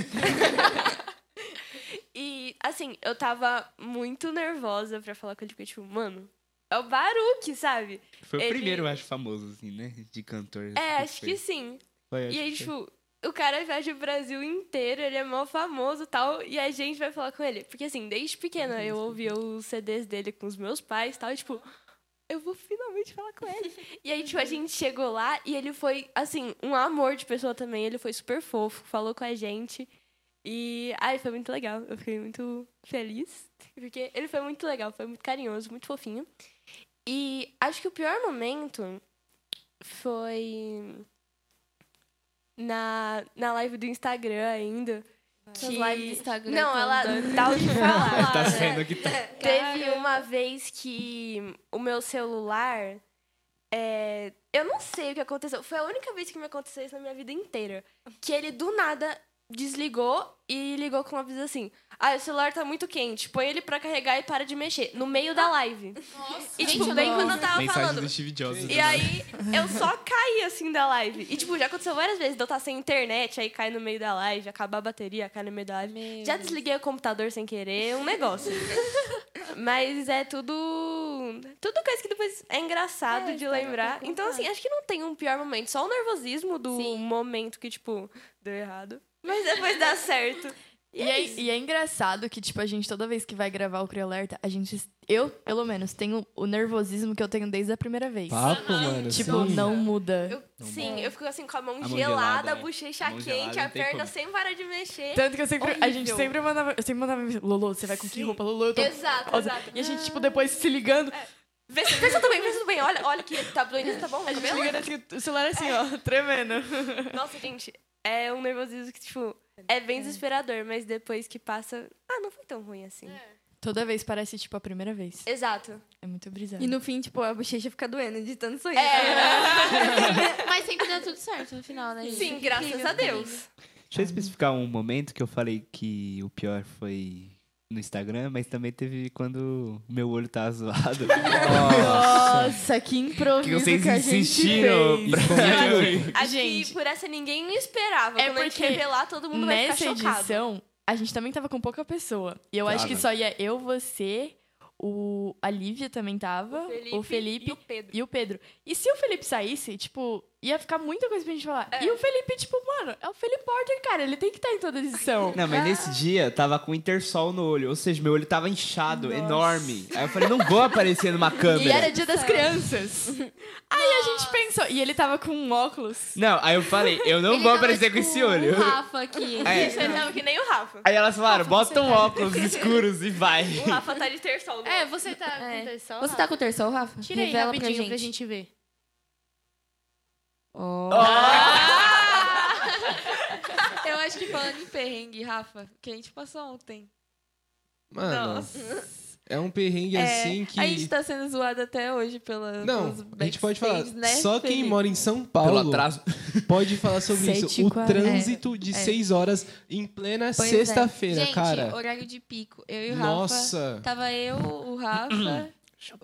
e, assim, eu tava muito nervosa pra falar com ele, porque, tipo, mano, é o Baruque, sabe? Foi o Ele- primeiro, eu acho, famoso, assim, né? De cantor. É, acho que sim. Foi, acho E aí, que foi. tipo, o cara viaja o Brasil inteiro, ele é mó famoso e tal, e a gente vai falar com ele. Porque, assim, desde pequena eu ouvia os CDs dele com os meus pais e tal, e, tipo, eu vou finalmente falar com ele. e aí, tipo, a gente chegou lá e ele foi, assim, um amor de pessoa também. Ele foi super fofo, falou com a gente. E, ai, foi muito legal. Eu fiquei muito feliz, porque ele foi muito legal, foi muito carinhoso, muito fofinho. E acho que o pior momento foi na, na live do Instagram ainda. Que... Que... live do Instagram. Não, ela contando. dá o que falar. Tá né? sendo que tá. Teve uma vez que o meu celular. é, eu não sei o que aconteceu. Foi a única vez que me aconteceu isso na minha vida inteira. Que ele do nada desligou e ligou com uma aviso assim: Ah, o celular tá muito quente, põe ele pra carregar e para de mexer. No meio da live. Nossa, e tipo, Gente, bem não. quando eu tava Mensagem falando. do Steve Jobs. E aí, eu só caí assim da live. E, tipo, já aconteceu várias vezes de eu estar sem internet, aí cai no meio da live, acabar a bateria, cai no meio da live. Meu já Deus. desliguei o computador sem querer, é um negócio. Mas é tudo. Tudo coisa que depois é engraçado É, de história pra lembrar. contar. Então, assim, acho que não tem um pior momento, só o nervosismo do Sim. momento que, tipo, deu errado. Mas depois dá certo. E é, e é engraçado que, tipo, a gente, toda vez que vai gravar o Crio Alerta, a gente. Eu, pelo menos, tenho o nervosismo que eu tenho desde a primeira vez. Papo, mano. tipo, sim. não muda. Eu- sim, eu fico assim com a mão, mão gelada, gelada, a é. bochecha A mão gelada, quente, a não tem perna como. sem parar de mexer. Tanto que eu sempre, a gente Horrível. sempre mandava. Eu sempre mandava. Lolo, você vai com que roupa? Lolo, eu tô. Exato, Nossa, exato. E a gente, tipo, depois se ligando. Vê se, vê se eu tô bem, vê se eu tô bem. Olha, olha que tá doendo, tá bom? A gente Tá bem? ligando assim, o celular assim, ó, tremendo. Nossa, gente, é um nervosismo que, tipo, é bem desesperador, mas depois que passa. Ah, não foi tão ruim assim. Toda vez parece, tipo, a primeira vez. Exato. É muito brisado. E no fim, tipo, a bochecha fica doendo de tanto sorrir. Mas sempre deu tudo certo no final, né? gente? É, Sim, graças Incrível. a Deus. Deixa eu especificar um momento que eu falei que o pior foi no Instagram, mas também teve quando o meu olho tá zoado. Nossa, que improviso que vocês que a gente insistiram fez. pra Acho Gente. que por essa ninguém esperava. É Quando a gente porque revelar, todo mundo vai Nessa ficar chocado. edição, a gente também tava com pouca pessoa. E eu acho que Tava. só ia eu, você, o... a Lívia também tava, o Felipe, e o Pedro. e o Pedro. E se o Felipe saísse, tipo, ia ficar muita coisa pra gente falar. E o Felipe, tipo, mano, é o Felipe Porter, cara, ele tem que estar em toda edição. Não, mas nesse dia tava com intersol no olho, ou seja, meu olho tava inchado, enorme. Aí eu falei, não vou aparecer numa E câmera. era dia das crianças. Aí a gente pensou. E ele tava com um óculos. Não, aí eu falei, eu não Ele vou tava, aparecer com tipo, esse olho. O Rafa aqui. É. Você não, que nem o Rafa. Aí elas falaram, bota um óculos escuros e vai. O Rafa tá de terçol. É, você tá É. com terção, Você tá com o terçol, Rafa? Tira aí Revela pra rapidinho gente. pra gente, ver. Ó. Eu acho que falando em perrengue, Rafa, que a gente passou ontem. Mano, Nossa. É um perrengue assim que. A gente tá sendo zoado até hoje pela. Não, pelos a gente pode falar. backstage, né, só quem Felipe? mora em São Pelo Paulo atraso. pode falar sobre Sete isso. e O quarenta. trânsito de seis horas em plena Pois é. sexta-feira, Gente, cara. horário de pico. Eu e o Rafa. Nossa. Tava eu, o Rafa,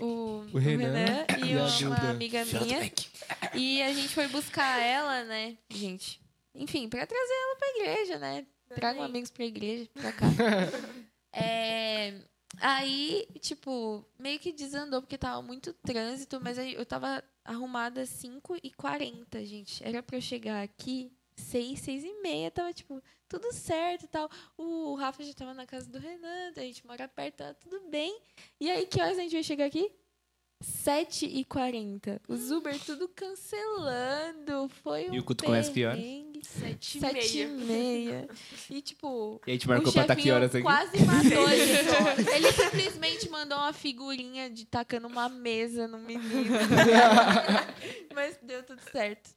o, o Renan Renan, e e a uma Duda. amiga minha. E a gente foi buscar ela, né, gente? Enfim, pra trazer ela pra igreja, né? Tragam amigos pra igreja, pra cá. É, Aí, tipo, meio que desandou porque tava muito trânsito, mas aí eu tava arrumada às 5h40, gente. Era pra eu chegar aqui 6, 6 e meia, tava, tipo, tudo certo e tal. O Rafa já tava na casa do Renan, então a gente mora perto, tava tudo bem. E aí, que horas a gente vai chegar aqui? 7h40. Os Uber tudo cancelando. Foi um E o culto começa que horas? perrengue. Sete e meia. 7h30. E, tipo, E a gente o marcou pra tá que chefinho horas aqui? quase matou a gente. Ele simplesmente mandou uma figurinha de tacando uma mesa no menino. Mas deu tudo certo.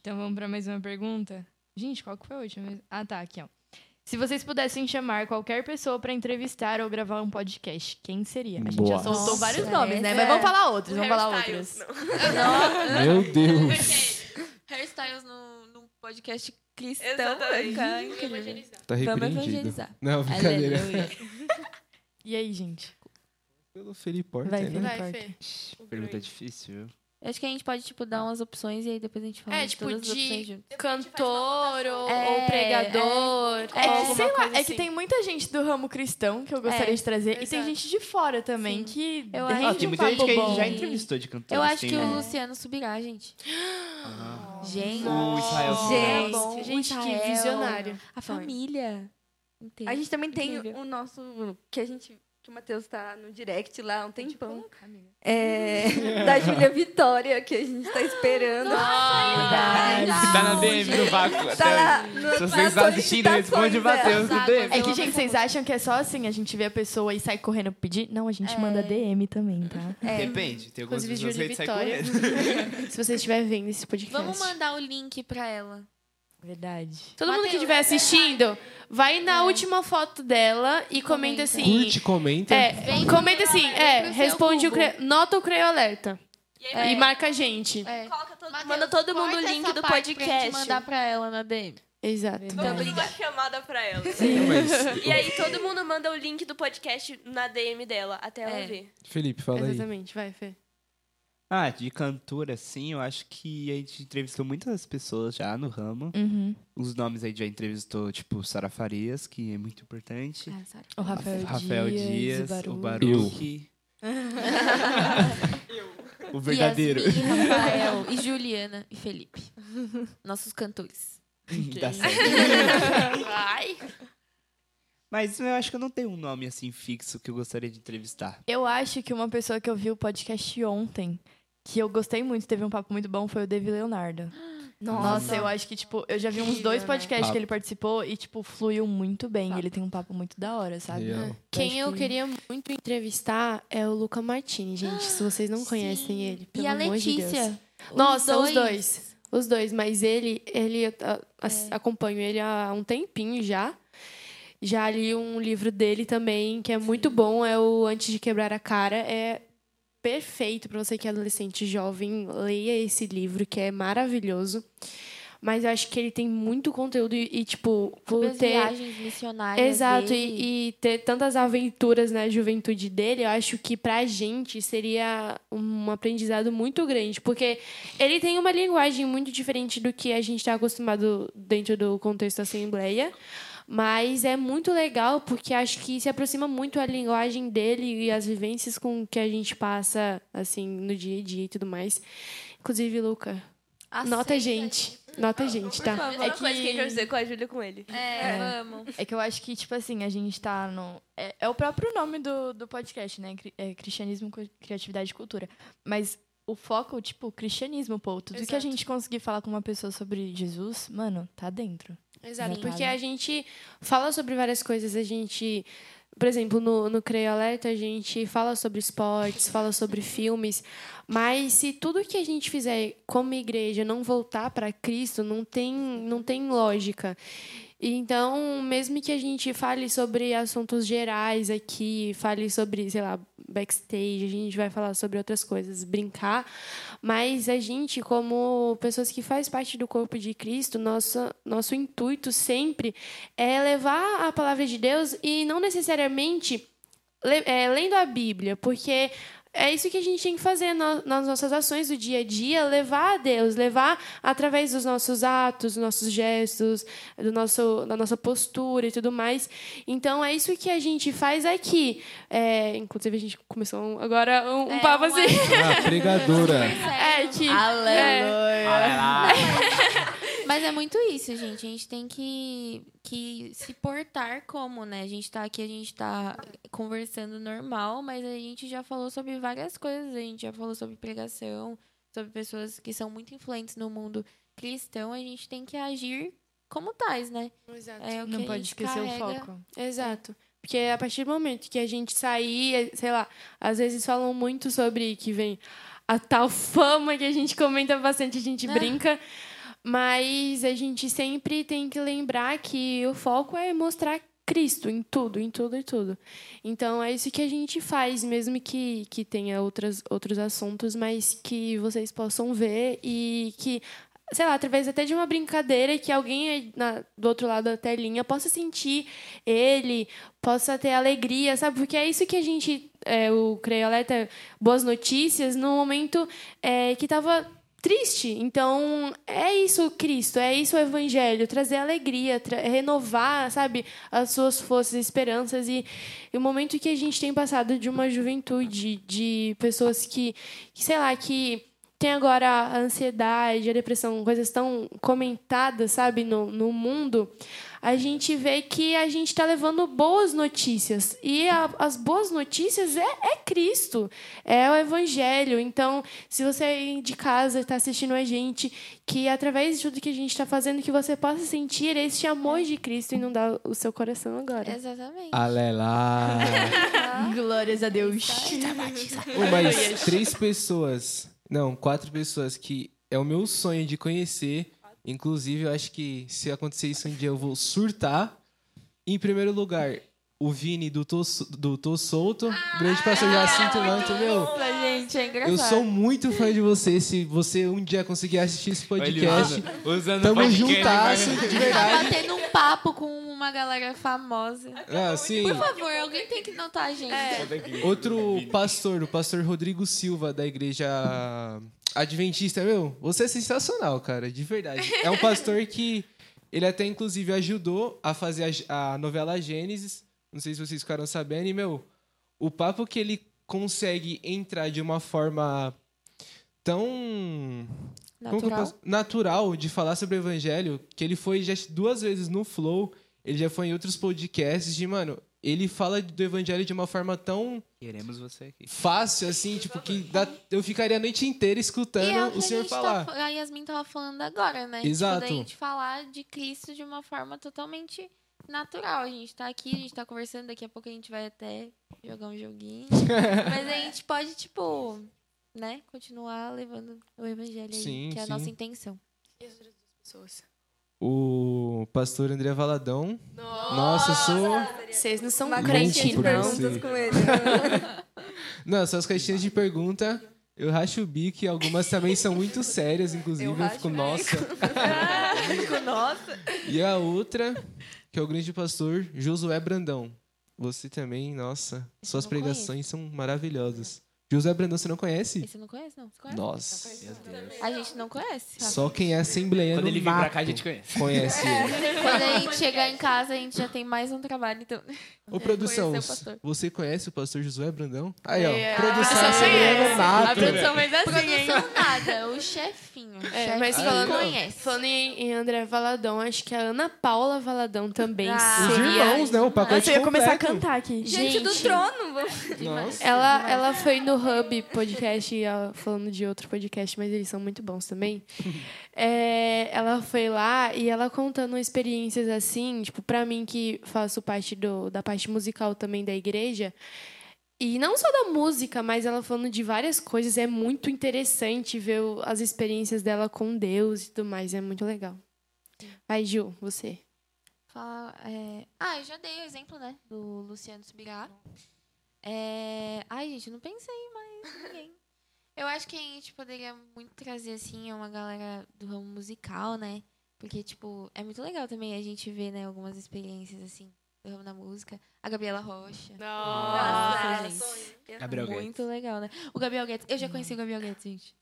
Então vamos para mais uma pergunta. Gente, qual que foi a última? mesmo? Ah, tá, aqui, ó. Se vocês pudessem chamar qualquer pessoa para entrevistar ou gravar um podcast, quem seria? A gente já Nossa. soltou vários Nossa, É. nomes, né? essa- Mas vamos falar outros, vamos Harry falar Styles, outros. não. Tá Meu Deus. Hairstyles no, no podcast cristão. Exatamente. vai ficar incrível. Tá Vamos repreendido. evangelizar. Não, brincadeira. Aleluia. E aí, gente? Pelo Felipe Porter, Vai, né? Felipe. Vai, Fê. Pergunta difícil, viu? Acho que a gente pode, tipo, dar umas opções e aí depois a gente fala É, de tipo, todas as de- opções junto. Cantor ou, É, ou pregador. é. ou É, alguma Sei lá, coisa é que assim. tem muita gente do ramo cristão que eu gostaria É, de trazer. E tem exato. gente de fora também Sim. que Eu rende acho- Ah, um tem muita papo gente que a bom. gente já entrevistou assim, né? de cantores. tá Eu acho tem que o o... Luciano subirá, gente. Gente. O Israel Gente, Nossa, gente, Israel. que visionário. A família. Inteira. A gente também tem Incrível. o nosso. Que a gente. Que o Matheus tá no direct lá Tá há um tempão. É, da Júlia Vitória, que a gente tá esperando. Tá na DM do vácuo. tá lá. no- tá Se nas vocês assistindo, solicitações responde o dela. Matheus no DM. É que, gente, vocês acham que é só assim? A gente vê a pessoa e sai correndo pedir? Não, a gente É. manda DM também, tá? Depende, tem algumas Inclusive, pessoas que a Júlia gente sai Vitória. correndo. Se você estiver vendo esse podcast. Vamos mandar o link pra ela. Verdade. Todo mundo Mateus, que estiver assistindo, vai na última foto dela e comenta, É. Comenta. assim. Curte, comenta. É, Vem comenta pro assim, seu é, cubo. responde o cre... nota o creio alerta E aí, e marca a gente. É. Mateus, manda todo mundo o corta link essa do parte pra gente podcast. mandar pra ela na DM. Exato. vamos fazer uma chamada pra ela. E aí todo mundo manda o link do podcast na DM dela, até ela É. ver. Felipe, fala aí. Exatamente, vai, Fê. Ah, de cantor, assim, eu acho que a gente entrevistou muitas pessoas já no ramo. Uhum. Os nomes a gente já entrevistou, tipo, Sara Farias, que é muito importante. Ah, sorry. O Rafael, Rafael Dias, o Baru. Baruch. o verdadeiro. Yasmin, Rafael, e Juliana e Felipe. Nossos cantores. Dá certo. Mas eu acho que eu não tenho um nome assim fixo que eu gostaria de entrevistar. Eu acho que uma pessoa que eu vi o podcast ontem, que eu gostei muito, teve um papo muito bom, foi o David Leonardo. Nossa, eu acho que, tipo, eu já vi uns dois podcasts Papo. que ele participou e, tipo, fluiu muito bem. Ele tem um papo muito da hora, sabe? Então, tipo, Real. Quem acho eu que- queria muito entrevistar é o Luca Martini, gente. Se vocês não conhecem Sim. ele, pelo e a amor Letícia. de Deus. Os Nossa, os dois. Os dois, mas ele, ele eu a- É. ass- acompanho ele há um tempinho já. Já li um livro dele também, que é muito bom, é o Antes de Quebrar a Cara. É perfeito para você que é adolescente jovem, leia esse livro, que é maravilhoso. Mas eu acho que ele tem muito conteúdo e, e, tipo, por Sobre as ter viagens missionárias Exato, dele. e, e ter tantas aventuras na juventude dele, eu acho que pra gente seria um aprendizado muito grande, porque ele tem uma linguagem muito diferente do que a gente está acostumado dentro do contexto assembleia, mas é muito legal porque acho que se aproxima muito a linguagem dele e as vivências com que a gente passa assim no dia a dia e tudo mais. Inclusive, Luca, nota a gente, nota a gente, tá? A É mesma coisa que a gente vai fazer com a Júlia com ele. É, vamos. É que eu acho que, tipo assim, a gente tá no. É, é o próprio nome do, do podcast, né? Cri- é Cristianismo, Cu- Criatividade e Cultura. Mas o foco, tipo, cristianismo, pô. Tudo que a Exato. gente conseguir falar com uma pessoa sobre Jesus, mano, tá dentro. Exato, Sim. porque a gente fala sobre várias coisas, a gente. Por exemplo, no, no Creio Alerta, a gente fala sobre esportes, fala sobre filmes, mas se tudo que a gente fizer como igreja não voltar para Cristo, não tem, não tem lógica. E Então, mesmo que a gente fale sobre assuntos gerais aqui, fale sobre, sei lá, backstage, a gente vai falar sobre outras coisas, brincar, mas a gente, como pessoas que faz parte do corpo de Cristo, nosso, nosso intuito sempre é levar a palavra de Deus e não necessariamente le- é, lendo a Bíblia, porque é isso que a gente tem que fazer no- nas nossas ações do dia a dia, levar a Deus, levar através dos nossos atos, dos nossos gestos, do nosso, da nossa postura e tudo mais. Então é isso que a gente faz aqui. É, inclusive a gente começou um- agora um, um É, papo um assim. Ah, pregadora. É, que, é, Ah, Mas é muito isso, gente. A gente tem que, que se portar como, né? A gente tá aqui, a gente tá conversando normal, mas a gente já falou sobre várias coisas. A gente já falou sobre pregação, sobre pessoas que são muito influentes no mundo cristão. A gente tem que agir como tais, né? É o que Não a pode gente esquecer o carrega. foco. Exato. Porque é a partir do momento que a gente sair, eh, sei lá, às vezes falam muito sobre que vem a tal fama que a gente comenta bastante, a gente Ah. brinca. Mas a gente sempre tem que lembrar que o foco é mostrar Cristo em tudo, em tudo e tudo. Então é isso que a gente faz, mesmo que, que tenha outras, outros assuntos, mas que vocês possam ver e que sei lá, através até de uma brincadeira que alguém aí na- do outro lado da telinha possa sentir ele, possa ter alegria, sabe? Porque é isso que a gente, é, o Creio Alerta, boas notícias, num momento é, que estava triste. Então, é isso Cristo, é isso o Evangelho, trazer alegria, tra- renovar, sabe, as suas forças e esperanças. E, e o momento que a gente tem passado de uma juventude, de pessoas que, que sei lá, que tem agora a ansiedade, a depressão, coisas tão comentadas, sabe, no, no mundo, a gente vê que a gente está levando boas notícias. E a- as boas notícias é, é Cristo, é o Evangelho. Então, se você aí de casa está assistindo a gente, que através de tudo que a gente está fazendo, que você possa sentir este amor de Cristo e inundar o seu coração né? É. agora. Exatamente. Alelá. Glórias a Deus. Ô, mas três pessoas, não, quatro pessoas que é o meu sonho de conhecer. Inclusive, eu acho que se acontecer isso um dia eu vou surtar. Em primeiro lugar, o Vini do Tô, Sol- do Tô Solto. Grande pastor Jacinto Manto, meu. Nossa, gente, é Ah, engraçado. Eu sou muito fã de você. Se você um dia conseguir assistir esse podcast, Olha, usando tamo podcast, juntasso, vai- de Tá verdade. batendo um papo com uma galera famosa. Ah, sim. Por favor, alguém tem que notar a gente. É. É Outro pastor, o pastor Rodrigo Silva, da igreja adventista, meu, você é sensacional, cara, de verdade. É um pastor que ele até, inclusive, ajudou a fazer a Gê- a, novela Gênesis. Não sei se vocês ficaram sabendo, e, meu, o papo que ele consegue entrar de uma forma tão como que eu Natural. posso- natural de falar sobre o evangelho, que ele foi já duas vezes no Flow, ele já foi em outros podcasts, de, mano, ele fala do evangelho de uma forma tão Queremos você aqui. fácil, assim, tipo, que dá- eu ficaria a noite inteira E é escutando que o senhor a, gente tá falar. fa- a Yasmin tava falando agora, né? Exato. Tipo, da gente falar de Cristo de uma forma totalmente natural. A gente tá aqui, a gente tá conversando, daqui a pouco a gente vai até jogar um joguinho. Mas a gente pode, tipo, né, continuar levando o evangelho aí, Sim, que é a sim. nossa intenção. O pastor André Valadão. Nossa, sou. Vocês não são crente, crentes, por não. isso. Perguntas com ele. Não, são as caixinhas de pergunta. Eu racho o bico e algumas também são muito sérias, inclusive. Eu Eu, racho fico, o bico. nossa. Nossa. E a outra, que é o grande pastor Josué Brandão. Você também, nossa, suas não pregações são maravilhosas. Josué Brandão, você não conhece? E você não conhece, não? Você conhece? Nossa, A gente não conhece. Rafa. só quem é assembleia Quando no ele vir pra cá, a mato gente conhece. conhece ele. Quando a gente chegar em casa, a gente já tem mais um trabalho, então. Ô, produção, Conhecer o pastor. você conhece o pastor Josué Brandão? Aí, ó, É, produção ah, assembleia no conhece. mato. A produção vem assim, hein? Produção nada, o chefinho. O É, mas chefinho falando- conhece. Falando em, em André Valadão, acho que a Ana Paula Valadão também Ah, Os seria. irmãos, né? O pacote Nossa, eu ia começar a completo. cantar aqui. Gente, do trono, vamos. Nossa. Ela, ela foi no Hub Podcast, ela- falando de outro podcast, mas eles são muito bons também. É, ela foi lá e ela contando experiências assim, tipo, pra mim que faço parte do, da parte musical também da igreja. E não só da música, mas ela falando de várias coisas. É muito interessante ver o- as experiências dela com Deus e tudo mais. É muito legal. Vai, Ju, você. falar. é, Ah, eu já dei o exemplo, né? Do Luciano Subirá. É... Ai, gente, eu não pensei em mais ninguém. Eu acho que a gente poderia muito trazer, assim, uma galera do ramo musical, né? Porque, tipo, é muito legal também a gente ver, né, algumas experiências, assim, do ramo da música. A Gabriela Rocha. Nossa, Nossa, gente. Gabriel Guedes. Muito legal, né? O Gabriel Guedes. Eu já conheci o Gabriel Guedes, gente.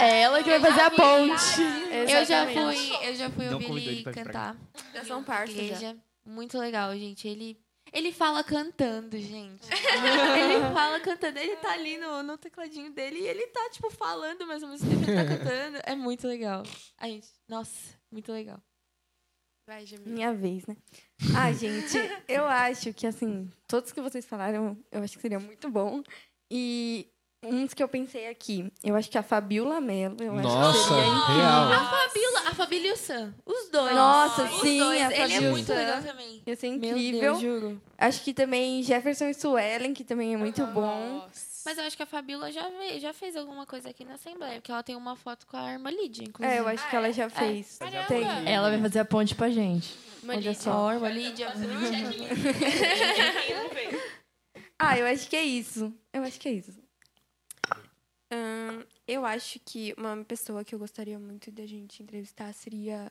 É ela que vai fazer a ponte. Eu já Exatamente. fui, eu já fui Não ouvir convidou ele ele pra vir pra cantar. Já são parças já. Igreja. Muito legal, gente. Ele, ele fala cantando, gente. ele fala cantando. Ele tá ali no, no tecladinho dele e ele tá, tipo, falando, mas ao mesmo tempo ele tá cantando. É muito legal. A gente, nossa, muito legal. Vai, Jamil. Minha vez, né? Ah, gente, eu acho que, assim, todos que vocês falaram, eu acho que seria muito bom. E uns que eu pensei aqui, eu acho que a Fabiola Mello, eu acho que Nossa, seria incrível. real. A Fabiola, a Fabíola e o Sam. Os dois. Nossa, Os sim, dois. a Ele é Fabíola. muito legal também. Ia ser Meu incrível. Deus, juro. acho que também Jefferson e Suellen, que também é muito bom. Mas eu acho que a Fabíola já, ve- já fez alguma coisa aqui na Assembleia, porque ela tem uma foto com a Armalide, inclusive. É, eu acho que ela já fez. É. Tem. Ela vai fazer a ponte pra gente. Olha só, a Armalide. Ah, eu acho que é isso. Eu acho que é isso. Ahn, eu acho que uma pessoa que eu gostaria muito da gente entrevistar seria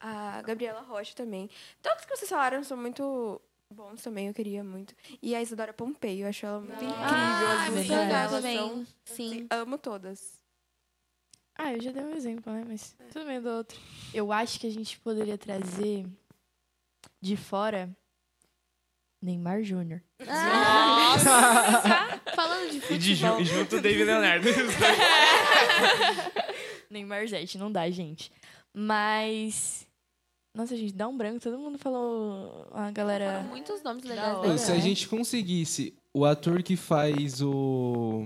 a Gabriela Rocha também. Todos que vocês falaram são muito bons também, eu queria muito. E a Isadora Pompei, eu acho ela muito incrível. Ah, assim, as né? é muito músicas legal dela são- também. Sim. Amo todas. Ah, eu já dei um exemplo, né? Mas tudo bem do outro. Eu acho que a gente poderia trazer de fora Neymar Júnior. Falando de E de ju- e junto o David Leonardo. Neymar Zete, não dá, gente. Mas. Nossa, gente, dá um branco. Todo mundo falou. A É. galera. muitos nomes Da legais né? hora. dele. Se a gente conseguisse o ator que faz o.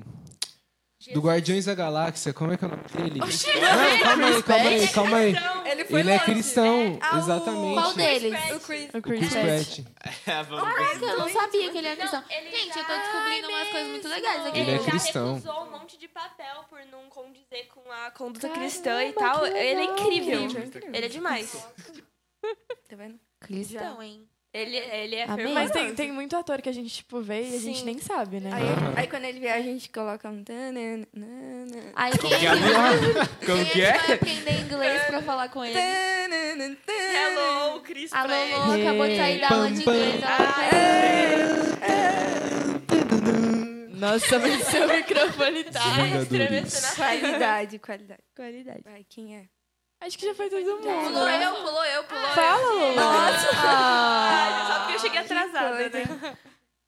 Do Guardiões da Galáxia, como é que é o nome dele? Não, calma aí, calma aí, calma aí. Ele né? Ele é cristão, exatamente. Qual deles? O Chris. O Chris Pratt. Ah, vamos ver. Eu não sabia que ele era cristão. ele Gente, já eu tô descobrindo umas coisas muito legais aqui. Ele é já cristão. recusou um monte de papel por não condizer com a conduta cristã é e tal. Ele é incrível. Ele é demais. Tá vendo? Cristão, hein? Ele, ele é Amém. fervoroso. Mas tem, tem muito ator que a gente, tipo, vê e a gente Sim. nem sabe, né? Aí, aí quando ele vier, a gente coloca um... tananana, Aí quem Como que quem é que é? Como que vai é? aprender inglês pra falar com ele? tananana, tananana. Hello, Chris A Pratt. Lolo acabou de sair da aula de inglês. Ela Ah, vai é. Nossa, mas seu microfone tá. Estremecendo a raiva. Qualidade, qualidade. Qualidade. Vai, quem é? Acho que já foi todo mundo. Pulou eu, pulou eu, pulou eu. Fala, Lula. Ah, Só porque eu cheguei atrasada, né?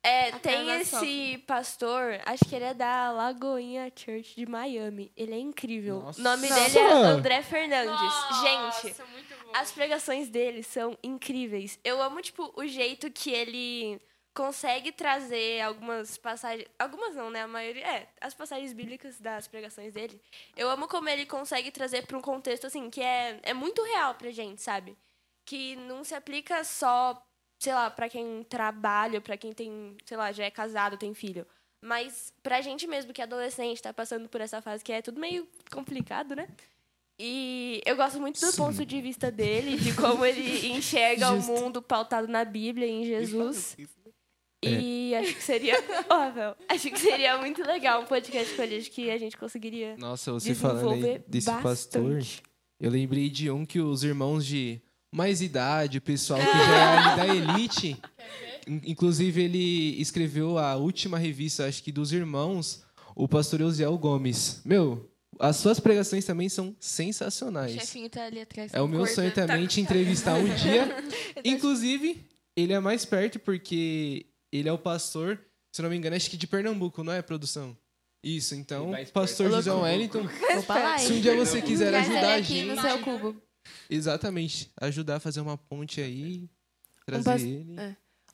É, tem Atrasação. esse pastor, acho que ele é da Lagoinha Church de Miami. Ele é incrível. Nossa. O nome Nossa. dele é André Fernandes. Gente, as pregações dele são incríveis. Eu amo, tipo, o jeito que ele consegue trazer algumas passagens. Algumas não, né? A maioria. É, as passagens bíblicas das pregações dele. Eu amo como ele consegue trazer pra um contexto, assim, que é, é muito real pra gente, sabe? Que não se aplica só sei lá, pra quem trabalha, pra quem tem, sei lá, já é casado, tem filho. Mas pra gente mesmo que é adolescente, tá passando por essa fase que é tudo meio complicado, né? E eu gosto muito do Sim. ponto de vista dele, de como ele enxerga o mundo pautado na Bíblia e em Jesus. E acho que seria. Ó, Vel, acho que seria muito legal um podcast com ele, acho que a gente conseguiria. Nossa, você falando aí Desenvolver desse pastor, eu lembrei de um que os irmãos de mais idade, o pessoal que já é da elite, in- inclusive ele escreveu a última revista, acho que dos irmãos, o pastor Eusiel Gomes. Meu, as suas pregações também são O sensacionais. chefinho tá ali atrás. É o meu sonho Cortando, também te entrevistar um dia. Inclusive, ele é mais perto porque ele é o pastor, se não me engano, acho que de Pernambuco, não é, produção? Isso, então, Ele vai expor- pastor José Wellington, Opa, lá, se um hein? dia você quiser Traz ele ajudar a aqui no gente, seu cubo. exatamente, ajudar a fazer uma ponte aí, trazer pas- ele.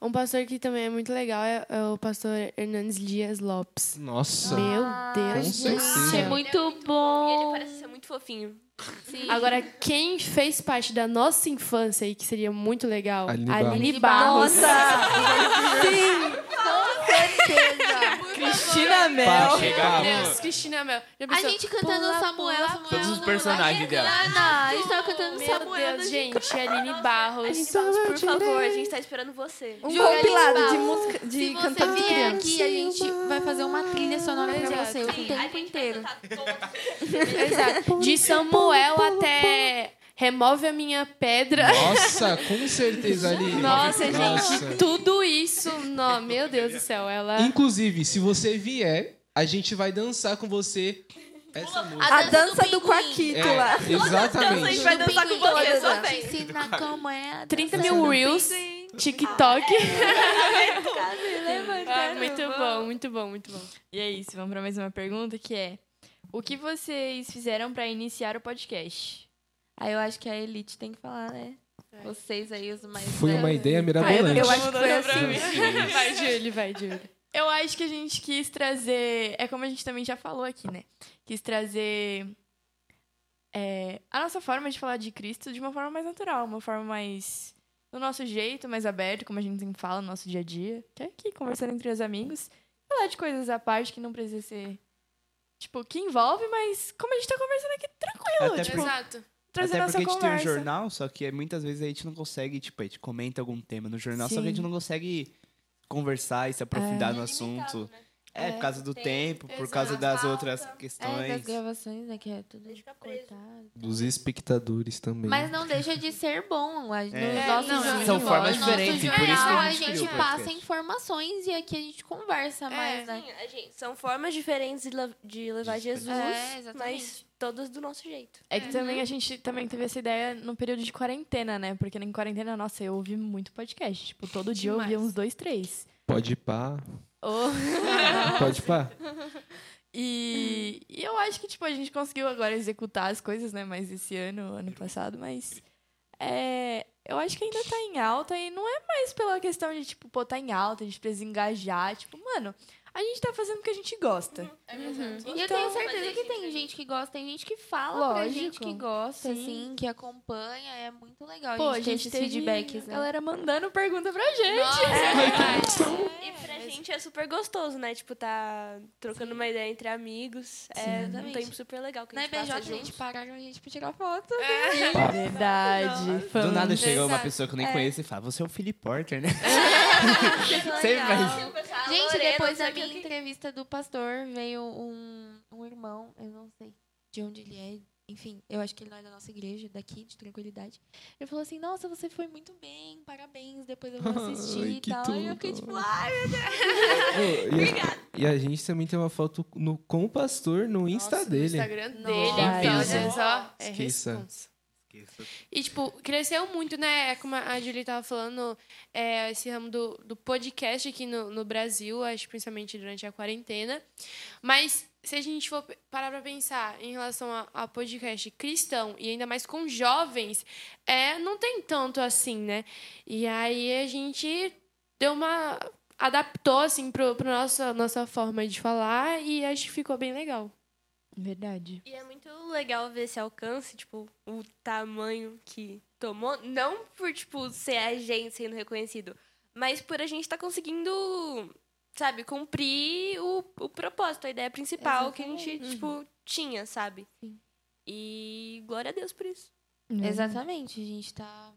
Um pastor que também é muito legal é, é o pastor Hernandes Dias Lopes. Nossa, Meu Deus com do certeza. céu. é Muito é E bom. ele parece ser muito fofinho. Sim. Agora, quem fez parte da nossa infância e que seria muito legal? Aline Barros. Barros. Nossa! Sim! Com certeza! Cristina Pra Mel. chegar Meu no... Deus, Cristina Mel. Já A pensou? gente cantando Pula, Samuel, pula, Samuel. Todos os não- personagens dela. Ah, não, a gente tava cantando Meu Samuel. Deus, gente, é Aline Barros. A gente fala, por favor, a gente tá esperando você. Um Jura, compilado de Lisboa? música Se de você cantando vier criança. aqui, a gente vai fazer uma trilha sonora pra Exato. você o tempo gente inteiro. vai cantar todos. Exato. De Samuel até Remove a Minha Pedra. Nossa, com certeza ali. Nossa, Nossa. gente, tudo isso. No, meu Deus do céu, ela. é Inclusive, se você vier, a gente vai dançar com você essa música. A A dança dança do do pinguim. É, Quaquito lá. A gente exatamente. vai dançar com você, Todas, só ó. Te vem. ensina como é. a 30 dança mil do Reels, pinguim. TikTok. É. Então, Ah, muito bom, muito bom, muito bom. E é isso, vamos para mais uma pergunta que é: O que vocês fizeram para iniciar o podcast? Aí eu acho que a Elite tem que falar, né? Vocês aí, os mais Foi uma velhos. ideia mirabolante. Eu acho que foi assim. Vai, Júlio, vai, Júlio. Eu acho que a gente quis trazer. É como a gente também já falou aqui, né? Quis trazer é, a nossa forma de falar de Cristo de uma forma mais natural, uma forma mais. do nosso jeito, mais aberto, como a gente sempre fala no nosso dia a dia. Que é aqui, conversando entre os amigos. Falar de coisas à parte que não precisa ser. Tipo, que envolve, mas como a gente tá conversando aqui, tranquilo. Até tipo, por- Exato. trazer Até nossa porque a gente conversa. tem um jornal, só que é, muitas vezes a gente não consegue, tipo, a gente comenta algum tema no jornal, só que a gente não consegue conversar e se aprofundar no assunto. É, por causa do tempo, por causa das outras É, das questões. gravações, né? Que é tudo cortado. Dos espectadores também. Mas não deixa de ser bom. A, nos É, nossos não, jornais, são formas no nosso diferentes, por jornal, isso que a a gente gente, criou o passa podcast. É. informações e aqui a gente conversa mais, né? Sim, a gente- são formas diferentes de, le- de levar Jesus, É, exatamente. mas todas do nosso jeito. É que também a gente também teve essa ideia no período de quarentena, né? Porque em quarentena, nossa, eu ouvi muito podcast. Tipo, todo dia eu ouvia uns dois, três. Pode pá. Oh. Pode pá. E, e eu acho que, tipo, a gente conseguiu agora executar as coisas, né? Mais esse ano, ano passado, mas... é, eu acho que ainda tá em alta e não é mais pela questão de, tipo, pô, tá em alta, a gente precisa engajar. Tipo, mano, a gente tá fazendo o que a gente gosta. e eu então, tenho certeza que tem gente que gosta, tem gente que fala pra é Lógico. gente que gosta, Sim. assim, que acompanha. É muito legal Pô, a gente ter esses teve feedbacks, né? é. galera Tá mandando pergunta pra gente. E pra gente é super gostoso, né? Tipo, tá trocando uma ideia entre amigos. É um Exatamente. tempo super legal que a Na gente IBJ passa a junto. gente pararam a gente pra tirar foto. Verdade. Do nada chega uma Exato. pessoa que eu nem conheço e fala, você é o Philip Porter, né? Legal. faz- Gente, Lorena, depois não sei da o que, minha o que. entrevista do pastor, veio um, um irmão, eu não sei de onde ele é, enfim, eu acho que ele não é da nossa igreja, daqui, de tranquilidade. Ele falou assim, nossa, você foi muito bem, parabéns, depois eu vou assistir Ai, e que tal. E eu fiquei tudo. tipo, ai, Ô, e, a, e a gente também tem uma foto no, com o pastor no Insta Nossa, no dele. Instagram dele. Nossa. Então, olha só. É Esqueça. responsa. E, tipo, cresceu muito, né? É Como a Julie tava falando, é, esse ramo do, do podcast aqui no, no Brasil, acho que principalmente durante a quarentena. Mas se a gente for parar pra pensar em relação a, a podcast cristão, e ainda mais com jovens, é, não tem tanto assim, né? E aí a gente deu uma... Adaptou, assim, pro, pro nossa, nossa forma de falar e acho que ficou bem legal. Verdade. E é muito legal ver esse alcance, tipo, o tamanho que tomou. Não por, tipo, ser a gente sendo reconhecido, mas por a gente estar conseguindo, sabe, cumprir o, o propósito, a ideia principal que a gente, tipo, tinha, sabe? Sim. E glória a Deus por isso. Né? Exatamente, a gente tá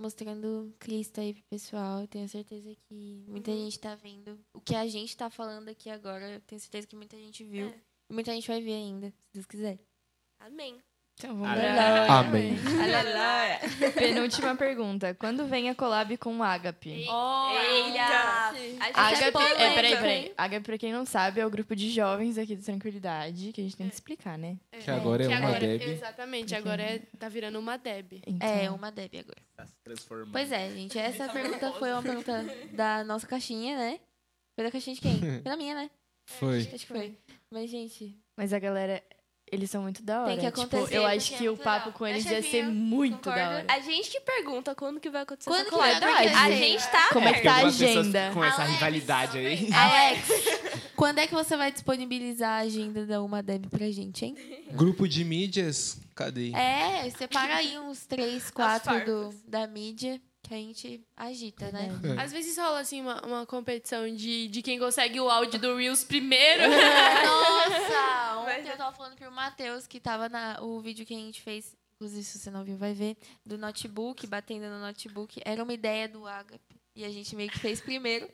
mostrando Cristo aí pro pessoal. Eu tenho certeza que muita gente tá vendo. O que a gente tá falando aqui agora, eu tenho certeza que muita gente viu. É. E muita gente vai ver ainda, se Deus quiser. Amém. Então vamos Aleluia. pra Amém. penúltima pergunta. Quando vem a collab com o Agape? Eita! A gente é Agape, polêmica. é, peraí, peraí. Agape, pra quem não sabe, é o grupo de jovens aqui do Tranquilidade, que a gente tem que explicar, né? Que agora é Que uma agora- Deb. Exatamente, agora é, tá virando uma Deb. Então, É, uma Debbie agora. Tá se transformando. Pois é, gente. Essa pergunta foi uma pergunta da nossa caixinha, né? Foi da caixinha de quem? Foi da minha, né? Foi. Acho que foi. Mas, gente, Mas a galera, eles são muito da hora. Tem que acontecer, Tipo, eu acho porque é que o muito papo legal. com eles Eu já ia vi, ser eu muito da concordo. hora. A gente que pergunta quando que vai acontecer Quando essa que vai collab. acontecer? A gente tá Como é que Porque tá a algumas pessoas agenda? ficam Com essa Alex, rivalidade aí. Alex, quando é que você vai disponibilizar a agenda da Uma Deb pra gente, hein? Grupo de mídias. Cadê? É, separa aí uns três, quatro do, farpas. da mídia que a gente agita, né? Às vezes rola assim uma, uma competição de, de quem consegue o áudio do Reels primeiro. É. Nossa! Ontem eu tava falando pro Matheus que tava na, o vídeo que a gente fez, inclusive se você não viu, vai ver, do notebook, batendo no notebook. Era uma ideia do Agape. E a gente meio que fez primeiro.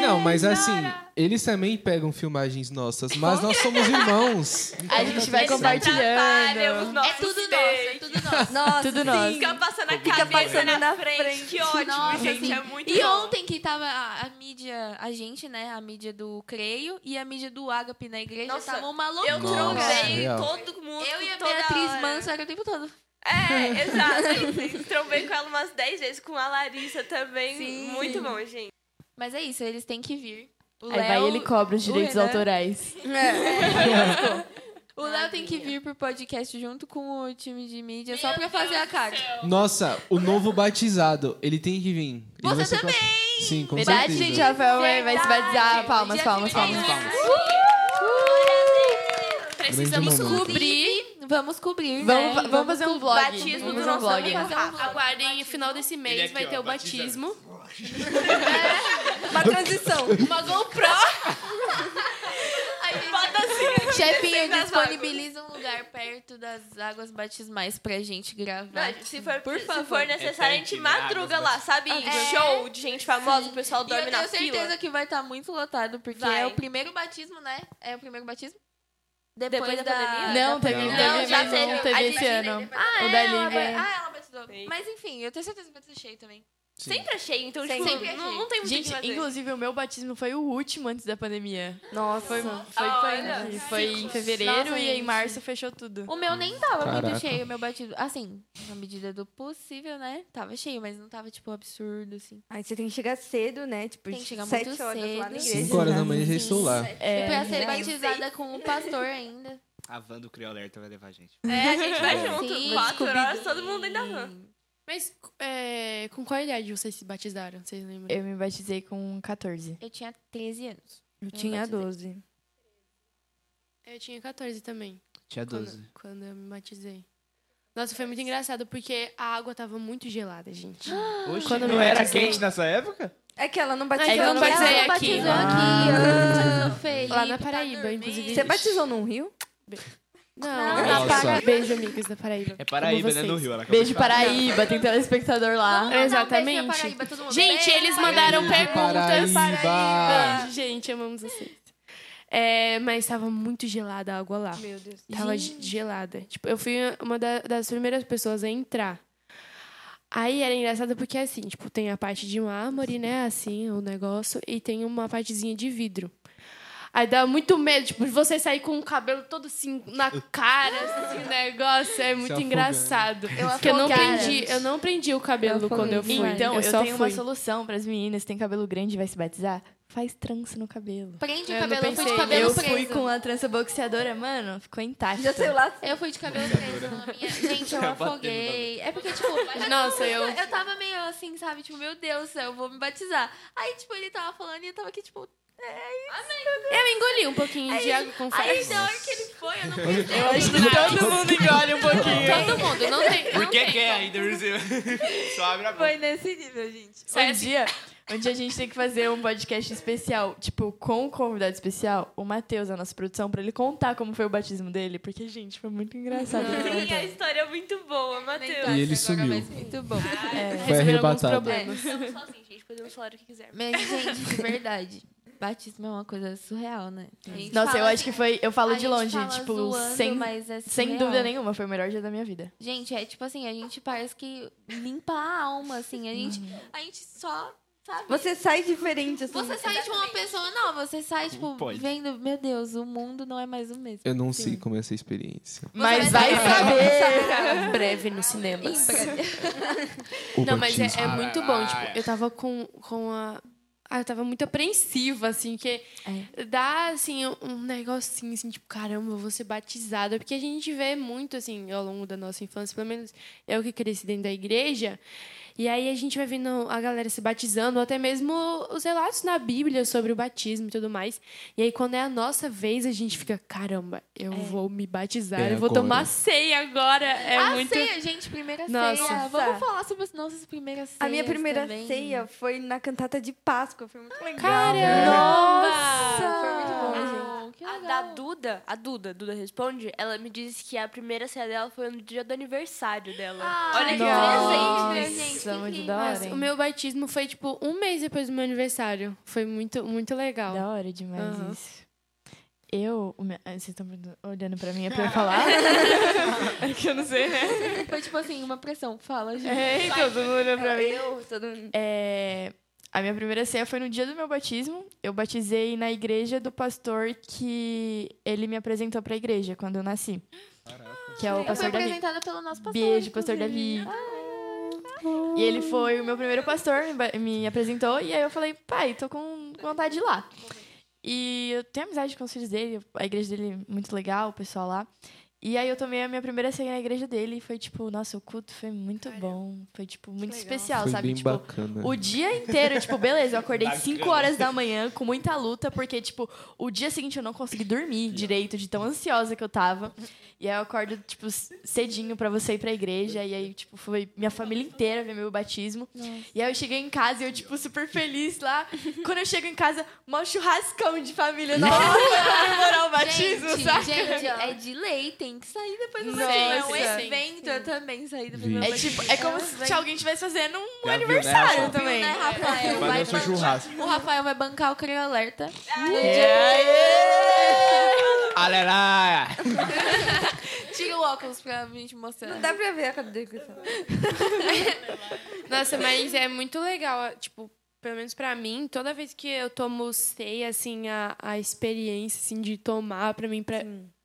Não, mas assim, eles também pegam filmagens nossas, mas nós somos irmãos. Então, a gente vai compartilhando. Nossa, é tudo nosso, é tudo nosso. Nossa, Tudo sim. nosso. Fica passando a Fica cabeça passando na, na frente. Que ótimo, Nossa, gente. sim. É muito E bom. ontem que tava a, a mídia, a gente, né? A mídia do Creio e a mídia do Agape na igreja. Nossa, tava uma Eu loucura. Nossa, trombei real. todo mundo. Eu e a toda Beatriz hora. Manso era o tempo todo. É, exato. trombei com ela umas 10 vezes, com a Larissa também. Sim. Muito bom, gente. Mas é isso, eles têm que vir. O Aí vai Léo- ele cobra os o direitos Renan- autorais. O Léo tem que vir pro podcast junto com o time de mídia só pra fazer a cara. Nossa, o novo batizado, ele tem que vir. Ele Você vai ser pra- Sim, com Verdade, certeza. gente, Rafael vai, vai se batizar. Palmas, palmas, palmas, palmas. Uh! Precisamos Grande momento. cobrir. Vamos cobrir, né? Vamos, vamos fazer um vlog. Batismo vamos do fazer um nosso vlog. amigo Rafa. Aguardem, no final desse mês Ele aqui, vai ter ó, o batismo. Uma transição. Uma GoPro. Bota assim. Chefinho, nas disponibiliza um lugar perto das águas batismais pra gente gravar. Não, se for, Por se favor. for necessário, a gente madruga lá, sabe? É. Show de gente famosa, o pessoal E eu dorme na tenho certeza fila. que vai estar muito lotado, porque Vai. é o primeiro batismo, né? É o primeiro batismo? Depois da pandemia? Não, teve, Não, teve já mais teve. um, A teve gente- esse ano. Ah, O é, da ela Lívia. vai- Ah, ela batizou. Sim. Mas enfim, eu tenho certeza que vai ser cheio também. Sempre achei, então, Sempre. tipo, Sempre achei. não, não tem muito o que Gente, fazer. inclusive o meu batismo foi o último antes da pandemia. Nossa, Foi, foi, Olha. foi, foi em fevereiro Nossa, e em gente. março fechou tudo. O meu nem tava Caraca. muito cheio, o meu batido. Assim, na medida do possível, né? Tava cheio, mas não tava, tipo, absurdo, assim. Aí você tem que chegar cedo, né? Tipo, Tem que chegar sete muito horas lá na cedo. igreja. né? Cinco horas já. da manhã já estou lá. e pra ser gente. batizada com o pastor ainda. A van do Crio Alerta vai levar a gente. É, a gente vai junto. Sim. Quatro Scooby-Doo. horas, todo mundo ainda van. Mas é, com qual idade vocês se batizaram? Vocês lembram? Eu me batizei com 14. Eu tinha 13 anos. Eu tinha batizei. 12. Eu tinha 14 também. Tinha quando- 12. Quando, eu me batizei. Nossa, foi muito engraçado, porque a água tava muito gelada, gente. Oxe, Quando não eu era batizei. quente nessa época? É que ela não É que batizou. eu não no- batizei Ela aqui. batizou Ah. aqui. Felipe, Lá na tá Paraíba, dormindo. inclusive. Você batizou num rio? Não, Nossa. na Paraíba. Beijo, amigos da Paraíba. É Amo Paraíba, né? vocês. No Rio. Ela acabou de Beijo falar. Paraíba, tem telespectador lá. Não, não, Exatamente. beijo pra Paraíba, todo mundo. Gente, Beijo, eles Paraíba. mandaram Beijo, perguntas. Paraíba. Paraíba. Gente, amamos vocês. É, mas tava muito gelada a água lá. Meu Deus. Tá. Tava ge- gelada. Tipo, eu fui uma da- das primeiras pessoas a entrar. Aí era engraçado porque assim, tipo, tem a parte de mármore, né? Assim, o negócio, e tem uma partezinha de vidro. Aí dá muito medo, tipo, de você sair com o cabelo todo assim na cara, assim, o negócio. É muito afogando. engraçado. Porque eu não afogada. prendi, eu não prendi o cabelo quando eu fui. Então, eu, só tenho fui. uma solução pras meninas que tem cabelo grande e vai se batizar. Faz trança no cabelo. Prende o Eu não cabelo, eu fui de pensei. cabelo eu preso. fui com a trança boxeadora, mano, ficou intacta. Já sei lá. Eu fui de cabelo preso na minha. Gente, eu Tá batendo afoguei. É porque, tipo, eu- Nossa, eu- Eu tava meio assim, sabe? Tipo, meu Deus do céu, eu vou me batizar. Aí, tipo, ele tava falando e eu tava aqui, tipo. Eu engoli um pouquinho de água, Aí, confesso. na hora que ele foi, eu não prestei. Todo mundo engole um pouquinho. Todo mundo, não tem. Por que que é ainda, Brasil? Só abre a boca. Foi nesse nível, gente. Um dia, um dia a gente tem que fazer um podcast especial, tipo, com o convidado especial, o Matheus, a nossa produção, pra ele contar como foi o batismo dele. Porque, gente, foi muito engraçado. Uhum. Ah, Sim, tá. a história é muito boa, Matheus. E ele Agora vai sumiu. ser Muito bom. É, Foi Resolveram alguns arrebatado. É. problemas. Estamos sozinhos, assim, gente. Podemos falar o que quiser. Mas, gente, de verdade. Batismo é uma coisa surreal, né? A gente Nossa, eu fala acho que foi. Eu falo a de gente longe, fala tipo, zoando, sem, mas é sem surreal. dúvida nenhuma, foi o melhor dia da minha vida. Gente, é tipo assim, a gente parece que limpa a alma, assim. A gente, Uhum. a gente só, sabe? Você sai diferente, assim. Você sai de uma pessoa nova, você sai, tipo, pode. vendo, meu Deus, o mundo não é mais o mesmo. Eu não sei como é essa experiência. Mas vai vai saber! Em breve assim. nos cinemas. Não, mas é, é muito Ah, bom. Tipo, eu tava com, com a. Ah, eu tava muito apreensiva, assim, que É. dá, assim, um- um negocinho, assim, tipo, caramba, eu vou ser batizada. Porque a gente vê muito, assim, ao longo da nossa infância, pelo menos eu que cresci dentro da igreja, E aí a gente vai vendo a galera se batizando, ou até mesmo os relatos na Bíblia sobre o batismo e tudo mais. E aí quando é a nossa vez, a gente fica, caramba, eu É. vou me batizar, É eu vou agora." tomar ceia agora. É a muito Ah, ceia, gente, primeira Nossa. ceia. Vamos falar sobre as nossas primeiras ceias A minha primeira também. ceia foi na cantata de Páscoa. Foi muito legal. Caramba! Nossa! Foi muito bom, gente. Ah, que A da legal. Duda, a Duda, Duda responde, ela me disse que a primeira ceia dela foi no dia do aniversário dela. Olha que Nossa. presente, né? gente? é muito Que da Mas hora, hein? o meu batismo foi, tipo, um mês depois do meu aniversário. Foi muito, muito legal. Da hora demais Aham. isso. Eu. o meu- ah, Vocês estão olhando pra mim é pra eu falar? é que eu não sei, né? Foi tipo assim, uma pressão. Fala, gente. É, todo mundo olhando pra mim. Eu, todo mundo. É, a minha primeira ceia foi no dia do meu batismo. Eu batizei na igreja do pastor que ele me apresentou pra igreja quando eu nasci. Que é o Eu fui pastor Davi. apresentada pelo nosso pastor. Beijo, pastor Davi. inclusive. Ah, E ele foi o meu primeiro pastor, me ba- me apresentou, e aí eu falei, pai, tô com vontade de ir lá. E eu tenho amizade com os filhos dele, a igreja dele é muito legal, o pessoal lá. E aí eu tomei a minha primeira ceia na igreja dele, e foi tipo, nossa, o culto foi muito bom, foi tipo, muito especial, Foi sabe? bem Tipo, bacana. o dia inteiro, tipo, beleza, eu acordei 5 horas da manhã com muita luta, porque, tipo, o dia seguinte eu não consegui dormir direito, de tão ansiosa que eu tava. E aí eu acordo, tipo, cedinho pra você ir pra igreja. E aí, tipo, foi minha família inteira ver meu batismo. E aí eu cheguei em casa e eu, tipo, super feliz lá. Quando eu chego em casa, mó churrascão de família na hora pra comemorar o batismo, Ah, gente, saca? gente, é de lei, tem que sair depois do Nossa. batismo. É um Sim. evento, eu também saí depois do Vixe. É batismo. tipo, é como se alguém estivesse fazendo um Já viu, né, aniversário Rafa? também. Né, Rafael? Vai Fazendo seu bancar- churrasco. O Rafael vai bancar o Crio Alerta. Aleluia! Tira o óculos pra gente mostrar. Não dá pra ver a cara dele. pessoal. Nossa, mas é muito legal, tipo, pelo menos pra mim, toda vez que eu tomo ceia, assim, a, a experiência, assim, de tomar, pra mim, pra...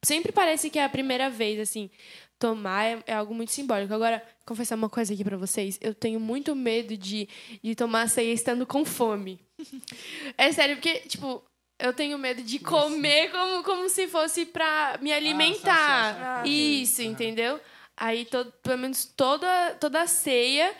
sempre parece que é a primeira vez, assim, tomar é, é algo muito simbólico. Agora, confessar uma coisa aqui pra vocês, eu tenho muito medo de, de tomar ceia estando com fome. É sério, porque, tipo, eu tenho medo de comer como, como se fosse pra Ah, me alimentar. Ah, Isso, entendeu? Aí, todo, pelo menos toda, toda a ceia,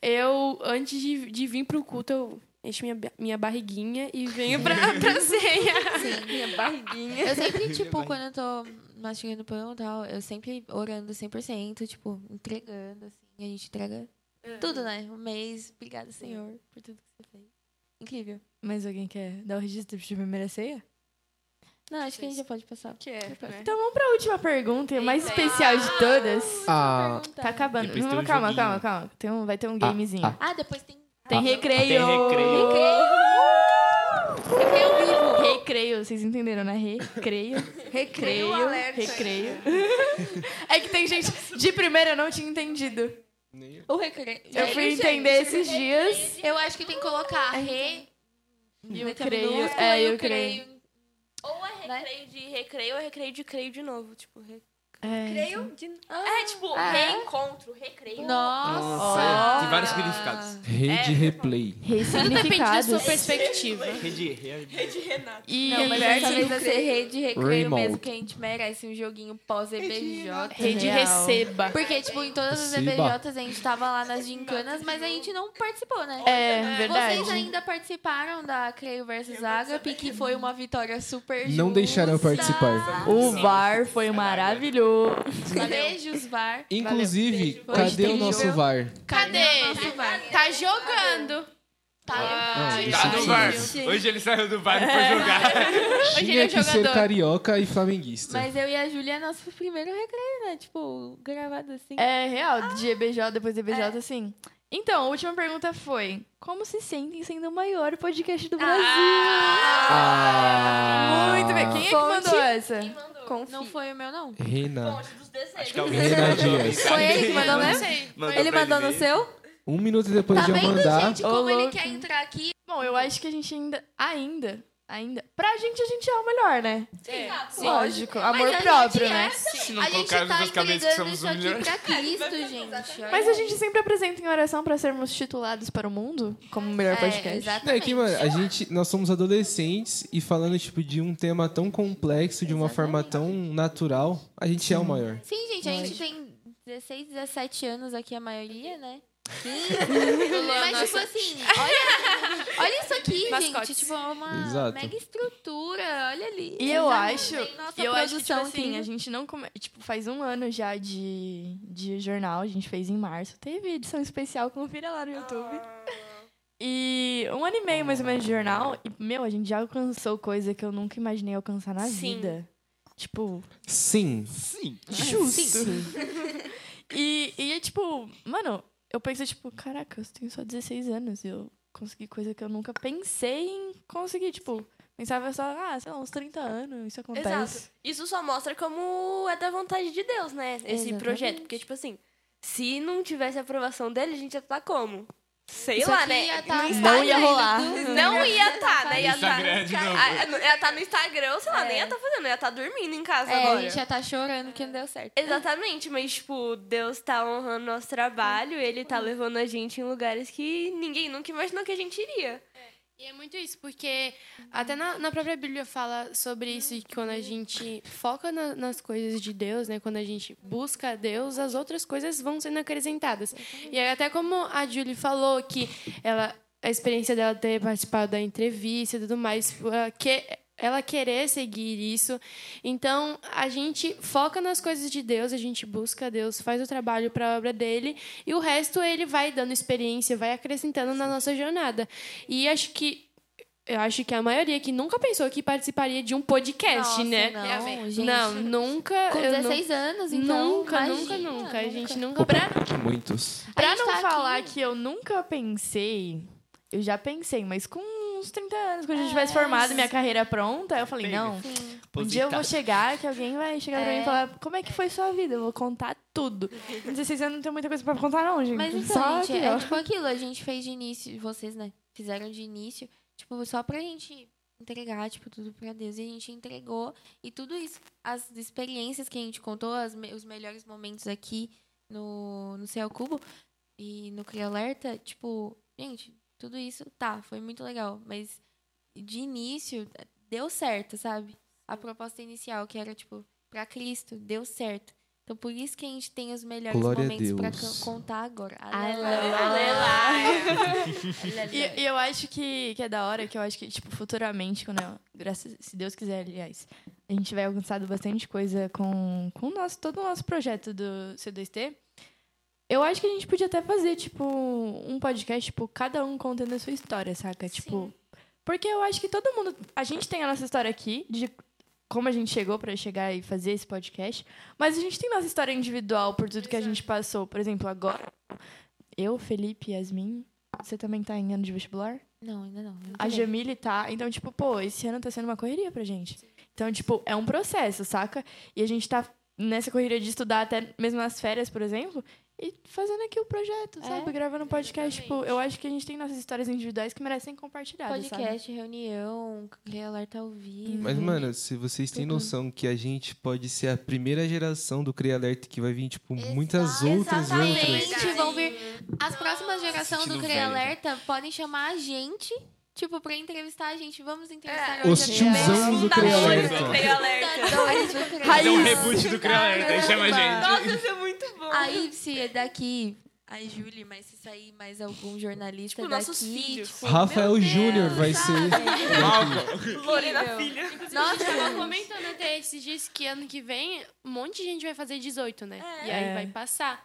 eu, antes de, de vir pro culto, eu encho minha, ba- minha barriguinha e venho pra, pra ceia. Sim, minha barriguinha. Eu sempre, tipo, quando eu tô mastigando pão e tal, eu sempre orando 100%, tipo, entregando, assim. A gente entrega tudo, né? Um mês. Obrigada, Senhor, por tudo que você fez. Incrível. Mas alguém quer dar o registro de primeira ceia? Não, acho que a gente já pode passar. que é, né? Então vamos pra última pergunta, e a mais especial de todas. Ah, Tá acabando. Depois tem Não, um calma, joguinho. calma, calma. Tem um, vai ter um gamezinho. ah. Ah, depois tem... Tem recreio. Tem recreio. Recreio vivo. Recreio, vocês entenderam, né? Recreio. Recreio, Creio. alerta. Recreio. é que tem gente. De primeira eu não tinha entendido. O recreio. Eu fui entender esses dias. Eu acho que tem que colocar re... E o determinúsculo creio. e É, o eu creio. Ou é Né? recreio de recreio ou é recreio de creio de novo. Tipo, re- É. Creio de... É tipo, então. Ah, é? reencontro, recreio. Nossa. Tem vários significados. Rede replay. Tudo depende da sua Ressignificados. perspectiva. Rede, rede. E Não, mas inverte dessa vez vai ser rede recreio Remote. mesmo, que a gente merece um joguinho pós-EBJ. Rede Real. receba. Porque, tipo, em todas as Sim, EBJs a gente tava lá nas gincanas, mas a gente não participou, né? É, verdade. Vocês ainda participaram da Creio versus Agape, que foi uma vitória super Não justa. deixaram eu participar. O VAR foi maravilhoso. Beijos, VAR. Inclusive, Valeu. Hoje cadê tem o nosso jogo. VAR? Cadê? Cadê? Nosso VAR. Tá jogando. Tá. Ai, Tá no bar. Hoje ele saiu do bar e foi jogar. Hoje ele é Tinha que ser jogador. carioca e flamenguista. Mas eu e a Júlia é nosso primeiro recreio, né? Tipo, gravado assim. É real, de EBJ depois de é. EBJ, sim. Então, a última pergunta foi: Como se sentem sendo o maior podcast do Brasil? Ah. Muito bem. Quem é que mandou essa? Não foi o meu, não. Renan. Acho que alguém Renan Dias. Foi ele que mandou, né? Ele mandou no seu? Um minuto depois Tá de eu vendo, mandar. gente, Ô, como ele louco. quer entrar aqui? Bom, eu acho que a gente ainda. Ainda. Ainda. Pra gente, a gente é o melhor, né? Lógico. Amor É, Mas a próprio, gente é né? assim, Se não a gente colocaram tá nas cabeças que entregando somos um isso o melhor. aqui pra Cristo, gente. olha. Mas a gente sempre apresenta em oração pra sermos titulados para o mundo como o melhor É, podcast. Não, é exatamente. que, mano, a gente, nós somos adolescentes e falando, tipo, de um tema tão complexo, de uma forma tão natural, a gente é o maior. Sim, gente, a gente tem 16, 17 anos aqui, a maioria, né? Mas, tipo assim, olha, olha isso aqui, gente. Mascotes. Tipo, é uma Exato. mega estrutura. Olha ali. E eu acho- Nossa E eu acho que, tipo produção assim, incrível. a gente não... Come... Tipo, faz um ano já de, de jornal, a gente fez em março. Teve edição especial, confira lá no YouTube. E um ano e meio, mais ou menos, de jornal. E, meu, a gente já alcançou coisa que eu nunca imaginei alcançar na Sim. vida. Tipo, Sim. Sim. justo. e, e é tipo, mano, eu pensei, tipo, caraca, eu tenho só 16 anos. E eu consegui coisa que eu nunca pensei em conseguir. Tipo, pensava só, ah, sei lá, uns 30 anos, isso acontece. Isso só mostra como é da vontade de Deus, né? Esse Exatamente. projeto. Porque, tipo assim, se não tivesse a aprovação dele, a gente ia estar como? Sei Isso lá, aqui né? ia tá no no Instagram. Não ia rolar. Não ia estar, né? Ia Instagram de novo. estar tá no Instagram, sei lá, É. nem ia estar fazendo, ia estar dormindo em casa É, a agora. gente já tá chorando porque não deu certo. Exatamente, mas, tipo, Deus tá honrando nosso trabalho, ele tá levando a gente em lugares que ninguém nunca imaginou que a gente iria. E é muito isso, porque até na, na própria Bíblia fala sobre isso, que quando a gente foca na- nas coisas de Deus, né? Quando a gente busca a Deus, as outras coisas vão sendo acrescentadas. E aí, até como a Julie falou, que ela, a experiência dela ter participado da entrevista e tudo mais, ela que ela querer seguir isso. Então, a gente foca nas coisas de Deus, a gente busca Deus, faz o trabalho para a obra dele, e o resto ele vai dando experiência, vai acrescentando na nossa jornada. E acho que eu acho que a maioria que nunca pensou que participaria de um podcast, Nossa, né? Não, gente. Não, nunca. Com eu nu- 16 anos, então. nunca, nunca, imagina, nunca. A gente nunca. Pra, um Muitos. A pra gente não tá aqui. falar que eu nunca pensei, eu já pensei, mas com uns 30 anos, É, quando eu tivesse formado, minha carreira pronta, eu falei, Baby. não, um dia eu vou chegar, que alguém vai chegar pra mim É. e falar, como é que foi sua vida? Eu vou contar tudo. Com 16 anos não tem muita coisa pra contar, não, gente. Mas então, Só gente, aqui, é ó. tipo aquilo, a gente fez de início, vocês, né, fizeram de início, tipo, só pra gente entregar, tipo, tudo pra Deus. E a gente entregou, e tudo isso, as experiências que a gente contou, as me- os melhores momentos aqui no, no Céu Cubo e no Cria Alerta, tipo, gente, tudo isso, tá, foi muito legal, mas de início, deu certo, sabe? A proposta inicial, que era, tipo, pra Cristo, deu certo. Então, por isso que a gente tem os melhores Glória a momentos pra Deus. co- contar agora. E, e eu acho que, que é da hora, que eu acho que, tipo, futuramente, quando eu, graças, se Deus quiser, aliás, a gente vai alcançado bastante coisa com, com o nosso, todo o nosso projeto do C2T. Eu acho que a gente podia até fazer, tipo, um podcast, tipo, cada um contando a sua história, saca? Tipo. Porque eu acho que todo mundo. A gente tem a nossa história aqui, de como a gente chegou pra chegar e fazer esse podcast. Mas a gente tem nossa história individual por tudo que a gente passou. Por exemplo, agora. Eu, Felipe, Yasmin. Você também tá em ano de vestibular? Não, ainda não. A Jamile tá. Então, tipo, pô, esse ano tá sendo uma correria pra gente. Então, tipo, é um processo, saca? E a gente tá nessa correria de estudar até mesmo nas férias, por exemplo, e fazendo aqui o projeto, É, sabe? Gravando podcast. Tipo, eu acho que a gente tem nossas histórias individuais que merecem compartilhadas, sabe? Podcast, reunião, Cria Alerta ao vivo. Uhum. Mas, mano, se vocês têm noção que a gente pode ser a primeira geração do Cria Alerta que vai vir, tipo, muitas outras, outras. Exatamente, vão vir. As próximas gerações do Sentindo Cria velho já. Alerta podem chamar a gente, tipo, pra entrevistar a gente. Vamos entrevistar É. hoje Os a tiozão do Cria Fundadores do Alerta. Creio Alerta. Fundadores do Cria Fazer um Alerta. reboot do Creator, chama a gente. Nossa, isso é muito bom. Aí, se é daqui. Ai, Julie, mas se sair mais algum jornalista Tipo, daqui... nossos filhos. tipo, Rafael Júnior vai ser. Lorena Filha. Nossa, eu É. tava comentando até esses dias que ano que vem um monte de gente vai fazer 18, né? É. E aí É. vai passar.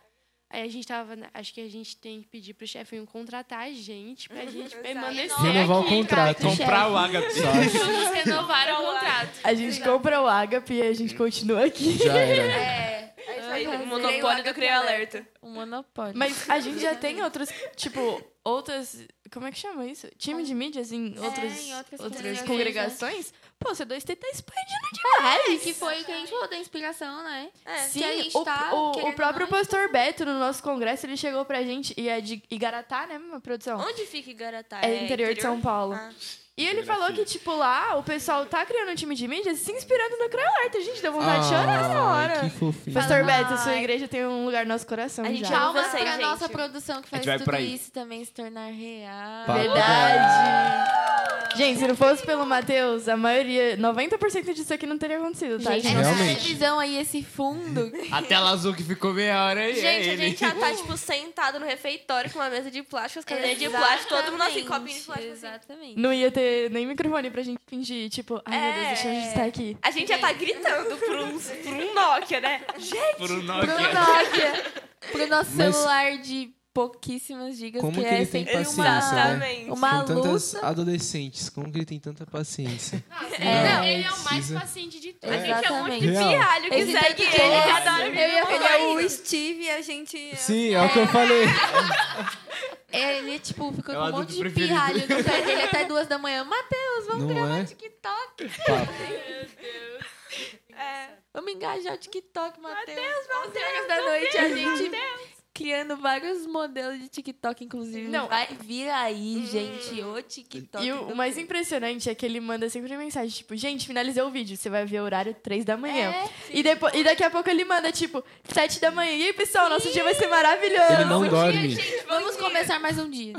Aí a gente tava. né, Acho que a gente tem que pedir pro chefinho contratar a gente pra gente permanecer. Renovar o aqui. contrato. Comprar o HP. Eles renovaram o contrato. É A gente compra o Ágape e a gente continua aqui. Já era. É, Aí, Creio o monopólio do Creio Alerta. um monopólio. Mas a gente já tem outros, tipo, outras. Como é que chama isso? Time de mídias em outras, Ah. É, em outras outras, congregações, né? congregações? Pô, C2T tá expandindo É, demais! que foi o que a gente falou da inspiração, né? Sim, É. que a gente o, tá o- o querendo próprio mais. pastor Beto, no nosso congresso, ele chegou pra gente e é de Igaratá, né, minha Ah, produção? Onde fica Igaratá? É interior de São Paulo. Ah. E ele falou que, tipo, lá o pessoal tá criando um time de mídia se inspirando no Creu Alerta. Gente, deu vontade Ah. de chorar na hora. Que fofinho. Pastor Ai. Beto, sua igreja tem um lugar no nosso coração. A gente já. ama Palmas vocês, pra gente. nossa produção que faz vai tudo pra aí. isso também se tornar real. Palmas. Verdade. Gente, se não fosse pelo Matheus, a maioria, 90% disso aqui não teria acontecido, tá? Gente, gente? essa Realmente. televisão aí, esse fundo. A tela azul que ficou meia hora aí. é Gente, a ele. gente já tá, tipo, sentado no refeitório com uma mesa de plástico, as cadeiras de plástico, todo mundo assim, copinho de plástico. assim. Exatamente. Não ia ter nem microfone pra gente fingir, tipo, ai meu Deus, deixa a gente estar aqui. A gente já tá gritando por um, por um Nokia, né? É. Por um Pro Nokia. Nokia. é Pro nosso Mas- celular de pouquíssimas gigas, Como que, que é ele tem sempre paciência, uma, né? Exatamente. uma Com tantas luta. adolescentes, como que ele tem tanta paciência? É, Não, ele é o mais precisa. paciente de todos. A gente é um monte de Real. pirralho que Esse segue tempo ele todo, é, cada hora. Eu ia vira falar uma o coisa. Steve e a gente. Sim, é o que eu falei. É, ele, tipo, fica É o com um adulto monte de preferido. pirralho no pé dele até duas da manhã. Matheus, vamos Não gravar é? TikTok. É, Papo. Vamos engajar o TikTok, Matheus. Às horas da noite, a gente criando vários modelos de TikTok, inclusive. Não. Vai vir aí, Hum. gente, o TikTok. E o, do o mais mundo. impressionante é que ele manda sempre mensagem, tipo, gente, finalizei o vídeo, você vai ver o horário 3 da manhã. É, e, depois, e daqui a pouco ele manda, tipo, 7 da manhã. E aí, pessoal, nosso dia vai ser maravilhoso. Ele não dorme. Vamos começar mais um dia.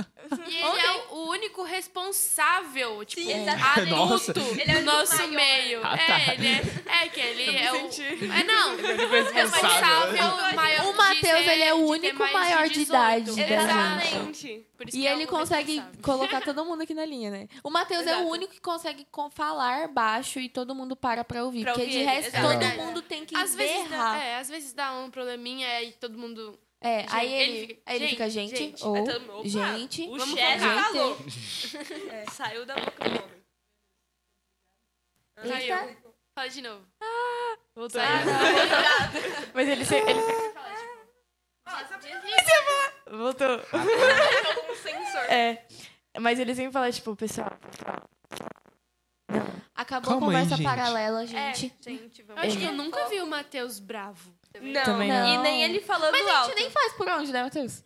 E ele é o- o único responsável, tipo, É. adulto Nossa. do nosso meio. Ah, tá. É, ele é, é que ele é o... É, não, responsável maior O Matheus, ele é o de ter único mais de maior de 18. idade da Exatamente. gente. Por isso E que é ele o consegue responsável. colocar todo mundo aqui na linha, né? O Matheus é o Exato. único que consegue co- falar baixo e todo mundo para pra ouvir. Pra porque ouvir de ele, resto, exato. todo É. mundo tem que Às vezes, dá, berrar. é, às vezes dá um probleminha e todo mundo... É, Gente, aí ele, ele aí fica, ele fica, gente, ou... Aí todo mundo, opa, gente, o vamos chefe focar. falou. É, Saiu da boca do homem. Caiu. Fala de novo. Ah, Voltou aí. Mas ele, se- ele Voltou. Um sensor. É. Mas ele sempre fala, tipo, pessoal, Acabou Calma a aí, conversa gente. paralela, gente. É, gente, Eu acho que eu nunca vi o Matheus bravo. Não, Também não. e nem ele falando Mas a alto. gente nem faz por onde, né, Matheus?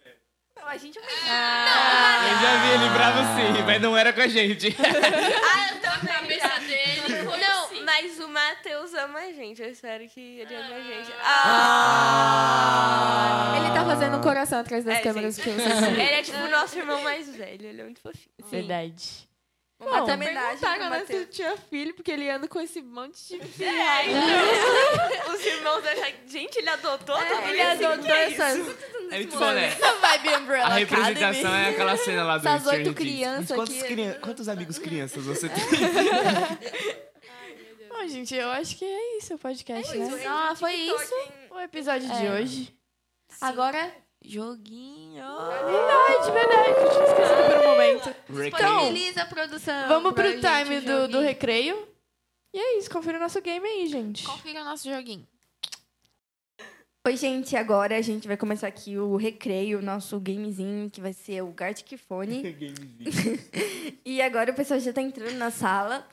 A gente é Eu já vi ele bravo sim, mas não era com a gente. Cabeça dele foi Não, assim. mas o Matheus ama a gente. Eu espero que ele ama a gente. Ah! Ele tá fazendo um coração atrás das É, câmeras gente. que vocês Ele é tipo o nosso irmão mais velho. Ele é muito fofinho. verdade. Bom, Até homenagem pro perguntaram né, se eu Matheus. tinha filho, porque ele anda com esse monte de filho. É, então, Os irmãos acham... Gente, ele adotou todo É, Ele adotou essas, É muito bom, né? Tá Vibe Umbrella A Academy. representação é aquela cena lá do essas Stranger oito Things. crianças Quantos, aqui. crian- Quantos amigos crianças você tem? Bom, gente, eu acho que é isso o podcast, né? Ah, foi isso. O episódio de É. hoje. Agora, joguinho. Ai, de verdade, eu tinha esquecido por um momento. Disponibiliza a produção. Então, Vamos pra pro gente time o do, do joguinho. recreio. E é isso, confira o nosso game aí, gente. Confira o nosso joguinho. Oi, gente. Agora a gente vai começar aqui o recreio, o nosso gamezinho, que vai ser o Gartic Fone. E agora o pessoal já tá entrando na sala.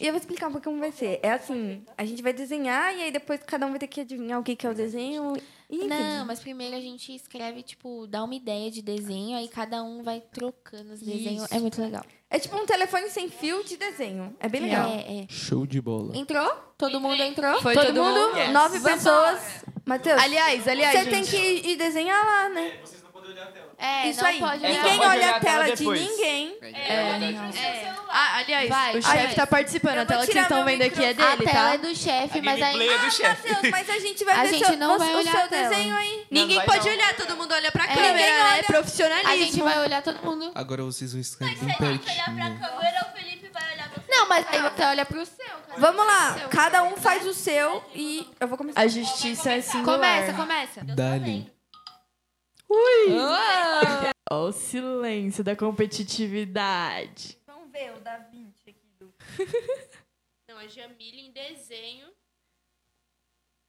E eu vou explicar um pouco como vai ser. É assim, a gente vai desenhar e aí depois cada um vai ter que adivinhar o que, que é o desenho. E, enfim. Não, mas primeiro a gente escreve, tipo, dá uma ideia de desenho, aí cada um vai trocando os desenhos. É muito legal. É tipo um telefone sem fio de desenho. É bem legal. É, é. Show de bola. Entrou? Todo mundo entrou? Foi Todo, mundo, Yes. nove pessoas. Matheus, Aliás, aliás, você gente, tem que ir ir desenhar lá, né? É, Isso não aí. pode É, olhar. só ninguém pode olha olhar a tela de depois. ninguém. Ah, aliás, É. Vai, o vai. chefe tá participando. Eu A tela vou que tirar vocês estão meu vendo aqui é A dele, tela é tá? do chefe, A mas gameplay aí... é do chefe. Matheus, mas a gente vai A ver gente seu, não o- vai o olhar seu a tela. desenho aí. Ninguém pode olhar. É, Ninguém olha. a gente vai olhar todo mundo. Agora vocês vão escrever bem pertinho. câmera, o Felipe vai olhar pra Não, mas aí você olha pro seu, cara. Vamos lá, cada um faz o seu e eu vou começar. A justiça é singular. Começa, começa. Dali. Ó o silêncio da competitividade. Vamos ver o da 20 aqui. do- Não, a Jamile em desenho.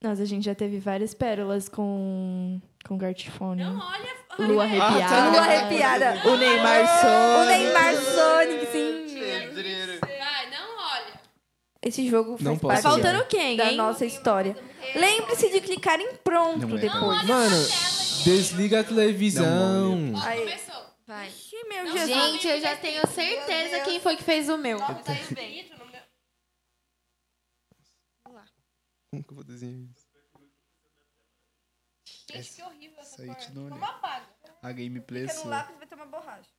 Nossa, a gente já teve várias pérolas com, com Gartifone. Não, olha... Lua arrepiada. Lua arrepiada. O Neymar O Sonic. Neymar Sonic, sim. Vai, não olha. Esse jogo Não faz parte posso Faltando da- quem, da nossa história. Lembre-se de clicar em pronto Não é. depois. Mano, desliga a televisão. Aí. Começou. Vai. Que meu Jesus. Gente, eu já tenho certeza quem foi que fez o meu. Como que eu vou desenhar isso? né? A gameplay é Ah, Fica no lápis vai ter uma borracha.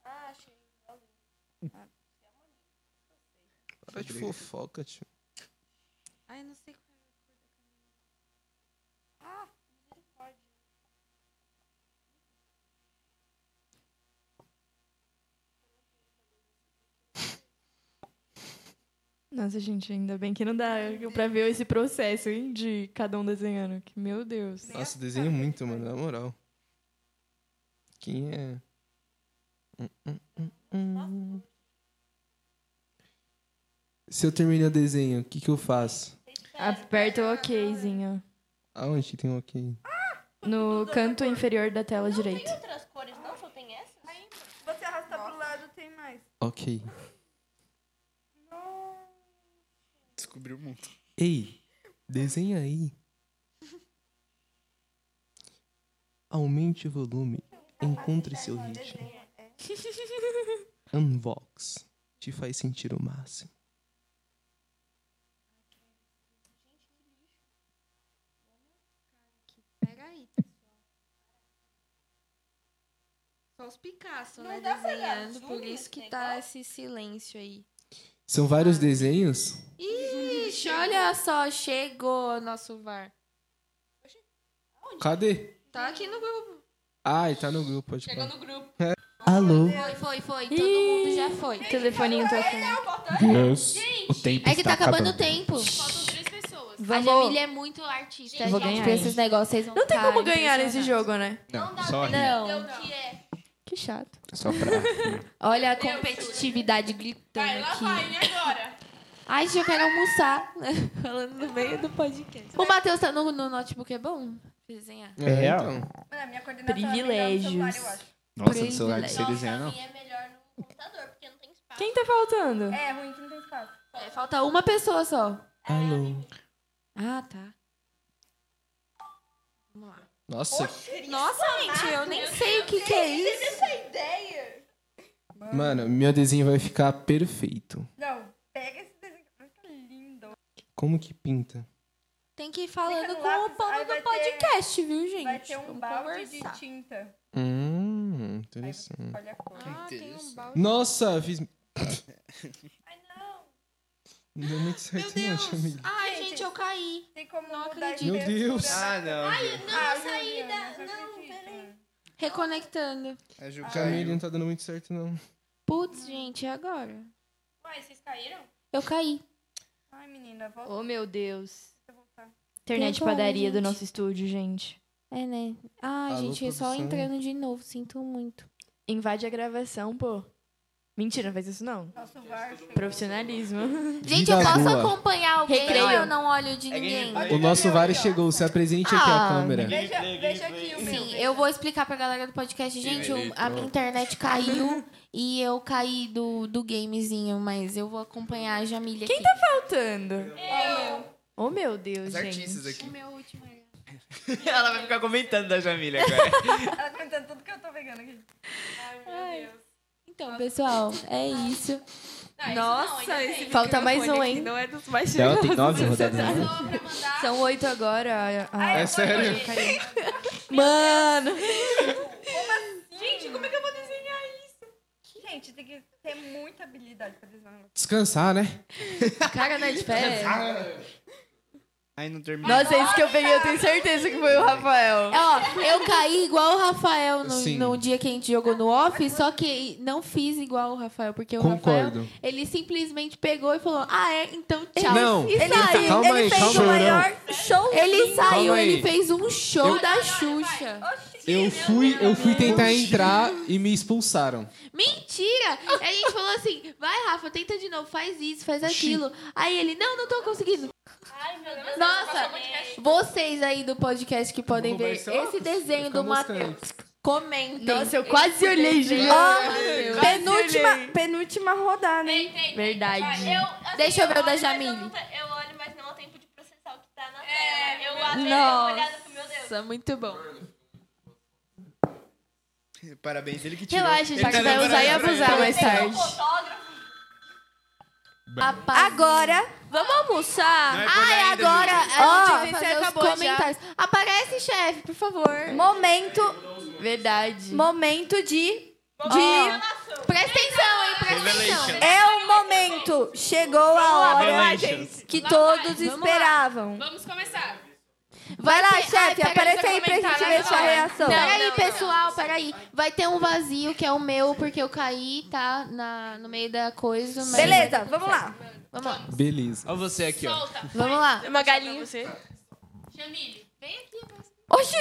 Para de fofoca, tio. Ai, não sei qual Nossa, gente, ainda bem que não dá pra ver esse processo, hein? De cada um desenhando. Que, meu Deus. Nossa, desenho muito, mano, na moral. Quem é? Hum, hum, hum, hum. Se eu terminar o desenho, o que, que eu faço? Aperta o okzinho. Aonde que tem um aqui? No canto inferior da tela direita. outras cores, não? Só tem essa? Você arrasta pro lado, tem mais. Ok. Descobriu o mundo. Ei, desenha aí. Aumente o volume. Encontre seu ritmo. Unbox. Te faz sentir o máximo. Pega aí, pessoal. Só os Picasso, né, desenhando. Por isso que tá esse silêncio aí. São vários desenhos? Ixi, olha só, chegou nosso VAR. Cadê? Tá aqui no grupo. Ai, tá no grupo, pode É. Chegou no grupo. Alô? Foi, foi, foi. Todo mundo já foi. Telefoninho tá tocando. Yes. O tempo É que tá está acabando o tempo. Faltam três pessoas. A Jamília é muito artista. Vou gente, ganhar com esses negócios, vocês vão Não tem ficar como ganhar esse impressionados. jogo, né? Não, só ri. Não. que é? Que chato. é Só pra... Olha a competitividade gritando Vai, lá aqui. vai, e agora? Ai, gente, eu quero almoçar. né? Falando no meio do podcast. O Matheus tá no, no notebook, é bom? Pra desenhar. É real? então. Mano, a minha coordenação é melhor no celular, eu acho. Nossa, no celular não sei Não, desenhar, pra não. mim é melhor no computador, porque não tem espaço. Quem tá faltando? É ruim que não tem espaço. É, falta uma pessoa só. Alô? Ah, tá. Nossa, Nossa, gente, eu nem sei o que, que é isso. mano, meu desenho vai ficar perfeito. Não, pega esse desenho. Vai ficar lindo. Como que pinta? Tem que ir falando Fica no com o lápis, aí pano vai do ter- podcast, viu, gente? Vai ter um Vamos balde de conversar. tinta. Hum, Aí você interessante. escolhe a cor. Ah, tem um balde. Nossa, fiz. Ai, não! deu muito certo, não, Chamile. Ai, gente, eu caí. Tem como Não mudar de acredito. Meu Deus. textura. não. Ah, saída. Não, peraí. Reconectando. É Chamile não tá dando muito certo, não. Putz, gente, e agora? Ué, vocês caíram? Eu caí. Ai, menina, volta. Oh, meu Deus. tá pra voltar. Internet Tem como, padaria do gente? nosso estúdio, gente. É, né? Ai, Alô, gente, só produção. entrando de novo. Sinto muito. Invade a gravação, pô. Mentira, não faz isso não. Nosso VAR. Profissionalismo. Gente, Vida eu posso boa. acompanhar alguém Recreio. ou eu não olho de ninguém? O nosso VAR chegou, se apresente aqui à Ah, câmera. Veja, veja aqui o meu. Sim, eu vou explicar pra galera do podcast. Gente, o- a minha internet caiu e eu caí do, do gamezinho, mas eu vou acompanhar a Jamília Quem aqui. Tá Faltando. Oh, meu Deus, Os gente. artistas aqui. meu último é era- Ela vai ficar comentando da Jamília agora. Ela contando tudo que eu tô pegando aqui. Então, pessoal, é isso. Nossa, esse Falta mais microfone um, aqui hein? Não é dos mais Ela tem nove rodadas. São oito agora. a- a- né? É sério? Mano! Gente, como é que eu vou desenhar isso? Gente, tem que ter muita habilidade pra desenhar um negócio. Descansar, né? Cara, né, de pé. Aí não terminou. Nossa, esse que eu peguei, eu tenho certeza que foi o Rafael. Ó, eu caí igual o Rafael no, Sim. no dia que a gente jogou no off, só que não fiz igual o Rafael, porque o Rafael, Concordo. ele simplesmente pegou e falou, ah, é? Então tchau. Não, E ele- saiu. calma aí, ele fez calma o aí. maior show. Ele saiu, Calma ele aí. fez um show Eu- da Xuxa. Eu fui, eu fui tentar entrar e me expulsaram. Mentira! A gente falou assim: vai, Rafa, tenta de novo, faz isso, faz aquilo. Aí ele: não, não tô conseguindo. Ai, meu Deus. Nossa, vocês aí do podcast que podem ver esse desenho do Matheus, comentem. Nossa, eu quase olhei, gente. Ó, É penúltima, penúltima rodada, hein? Tem, tem. Verdade. Eu, assim, Deixa eu ver o da olho, mas eu Jamile. não pe- Eu olho, mas não há tempo de processar o que tá na tela. eu até dei uma olhada pro meu Deus. Nossa, muito bom. Parabéns, ele tá que Relaxa, já que vai usar e abusar mais tarde. Agora, é Vamos almoçar? Ai, ainda, agora Ó, a gente vai você fazer os acabou já. comentários. Aparece, chefe, por favor. momento, Verdade. momento de de... Presta atenção, hein? Presta Revelation. atenção. É o momento! Chegou a hora Revelations. que Vamos lá, todos vamos lá. esperavam. Vamos começar. Vai lá, ter- Ai, chefe, pega aparece seu aí pra gente comentário ver sua agora. reação. Peraí, pessoal, peraí. Vai ter um vazio que é o meu, porque eu caí, tá? Na, no meio da coisa. mas- Beleza, vamos lá. Vamos lá. Beleza. Olha você aqui, ó. Vamos lá. Uma galinha. Você. Jamile, vem aqui. Mas... Oxi,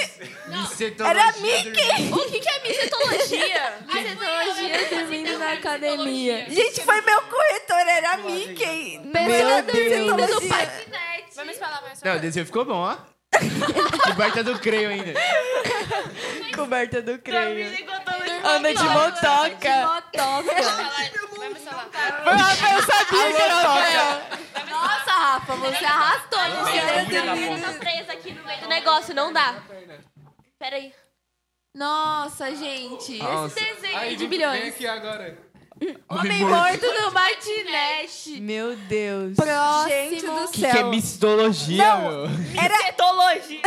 era Mickey! O que, que é mitologia? Mitologia dormindo na academia. Gente, foi meu corretor, era Mickey! Meu Deus! tá assim. Vamos falar mais Não, o desenho ficou bom, ó. E baita do creio ainda. Coberta do crânio. É Anda de motoca. Vamos falar. Eu sabia que era Nossa, Rafa, você arrastou. Luciana. Tá presa aqui no meio do negócio. O negócio não dá. Peraí. Nossa, gente. é Nossa. Desenho de Vem bilhões. aqui agora. Homem morto no matinete. Meu Deus. Próximo. Gente do O que, que é céu! mistologia, Não. meu? Mitologia.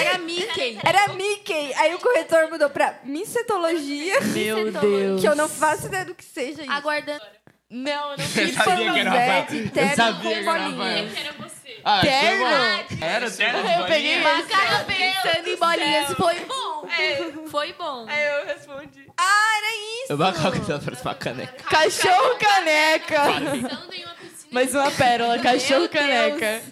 Era Mickey. Era Mickey! Aí o corretor mudou pra micetologia, Meu Deus. que eu não faço ideia do que seja isso. Aguardando. Não, eu não Eu sabia que era Zé Rafael. de Eu terno sabia com que era Rafael. bolinha. Ah, Terno? chegou. Era terno? Eu peguei bolinha? esse. Cara, pensando em bolinhas. Foi bom. Foi bom. Aí eu respondi. Ah, era isso! Eu vou colocar pra próxima caneca. Cachorro caneca. Pensando em uma piscina. Mais uma pérola. Cachorro caneca.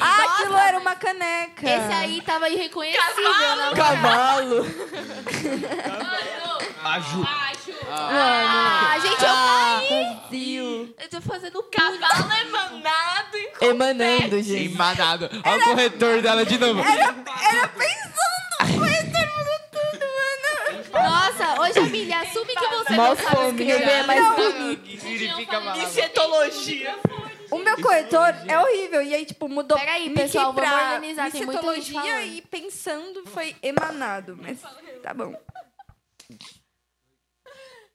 Ah, aquilo era uma caneca! Esse é aí tava irreconhecível. né? Cavalo. Cavalo. A Ju. Ah, gente, eu caí. Brasil! Eu tô fazendo um né, Cavalo é emanado em Emanando, gente. Emanado. Olha o corretor dela de É novo. Era pensando! O corretor mudou tudo, mano! Nossa, hoje, Jamile, assume que você Mó não sabe fome. Quem vê é escrever. mais bonito. Significa maluco. Cetologia. O meu corretor é horrível. E aí, tipo, mudou Peraí, Mickey pessoal, vamos pra organizar, tem muita gente micetologia falando. e pensando foi emanado. Mas tá bom.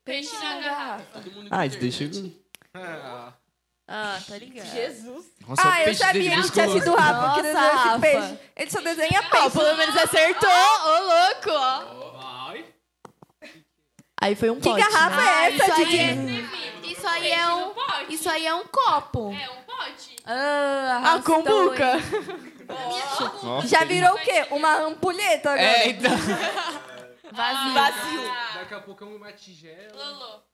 Peixe na garrafa. Ah, deixa eu... Ah, tá ligado. Jesus. Nossa, ah, eu peixe sabia dele que tinha musculoso. sido o Rafa que desenhou Rafa. esse peixe. Ele só desenha Ó, peixe. pelo menos acertou. Ô, louco, ó. Aí foi um Que pote. garrafa é essa, isso aí Didi? é, isso aí é um Isso aí é um copo. Ah, A cumbuca. Nossa, Já ele- virou o quê? Uma ampulheta agora. É, então... Vazio. Daqui a pouco é uma tigela.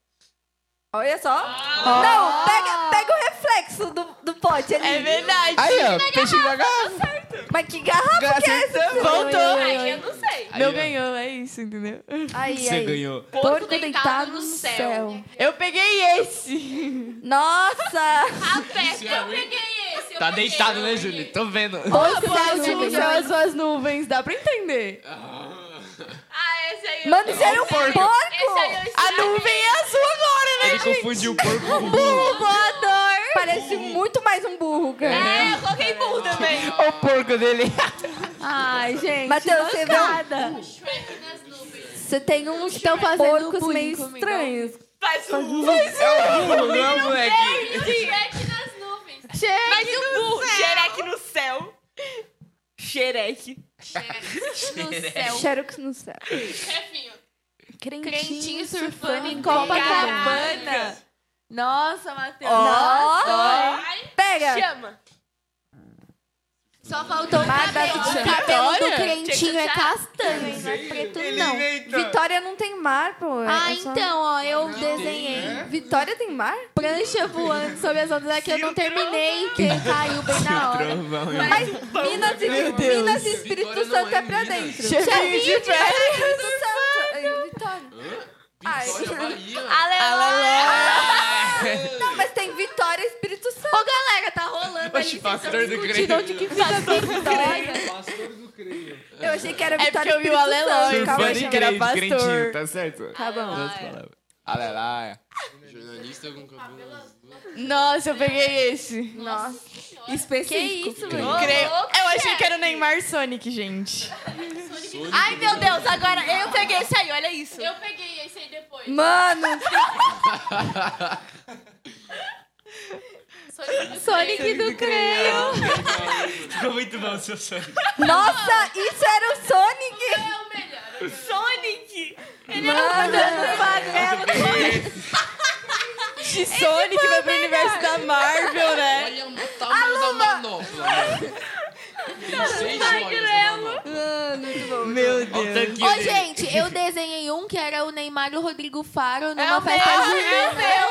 Olha só. Não, pega, pega o reflexo do, do pote ali. É verdade. Aí, ó, peixe na garrafa. Mas que garrafa que é essa? Voltou. Eu não sei. Aí, Meu ó, ganhou, é isso, entendeu? Aí, Você aí. ganhou. Porco deitado no céu. Eu peguei esse. Nossa! Eu peguei esse. Tá deitado, né, Júlio? Tô vendo. Pois é, as suas nuvens, dá pra entender. Ah, esse aí. Mano, isso era um porco. porco! A nuvem é azul agora, né? Ele confundiu o porco com o burro. Parece muito mais um burro, cara. É, eu coloquei burro também. O porco dele. Ai, gente. Matheus, você vê um- Você tem uns Estão fazendo porcos bullying meio comigo. estranhos. Faz um burro. É o burro, não é o moleque. Shrek nas nuvens. Mas e o burro? Xereque no céu. Xereque. No céu. Xerox no céu. Chefinho. Crentinho, Crentinho surfando surfando em Copacabana. Copacabana. Nossa, Matheus. Ó! Pega! Chama. Só faltou o Mas cabelo. dá O pra cabelo do Vitória? crentinho é castanho, não é preto, não. Vitória não tem mar, pô. é Ah, só- então, ó, eu desenhei Vitória tem mar? prancha voando sobre as ondas. É que eu não terminei, que caiu bem na hora. Trovão, hein? Mas Minas e, Minas e Espírito Vitória não Santo é é pra Minas. dentro. Chefinho de pé. Espírito Santo. Ai, Vitória. Ai. Vitória, Bahia. Não, mas tem Vitória e Espírito Santo. Ô, galera, tá rolando Oxe, ali. pastor do De onde creio. que Tá fica a vitória? Pastor do creio. Eu achei que era É Vitória porque eu vi o Espírito Santo. Aleló. Calma Calma, aí. Surfando achei em que era crente, crentinho, pastor. tá certo? Tá bom. Duas palavras. Alelaia. Jornalista com cabelo azul. Nossa, eu peguei esse. Nossa. Que Específico. isso, mano? Creio. Eu achei que era o Neymar Sonic, gente. Ai, meu Deus, agora eu peguei esse aí, olha isso. Eu peguei esse aí depois. Mano, Sonic do Creio. Ficou muito bom, seu sonho. nossa, isso era o Sonic. É o melhor. Sonic! Ele era um fantasma magrelo. De Sonic que vai pro universo da Marvel, né? Olha o tamanho da manopla. mano. Tem seis joias na manopla. Meu Olha o tanquinho Ô, dele. gente, eu desenhei um que era o Neymar e o Rodrigo Faro numa É o festa meu, é junina. o meu.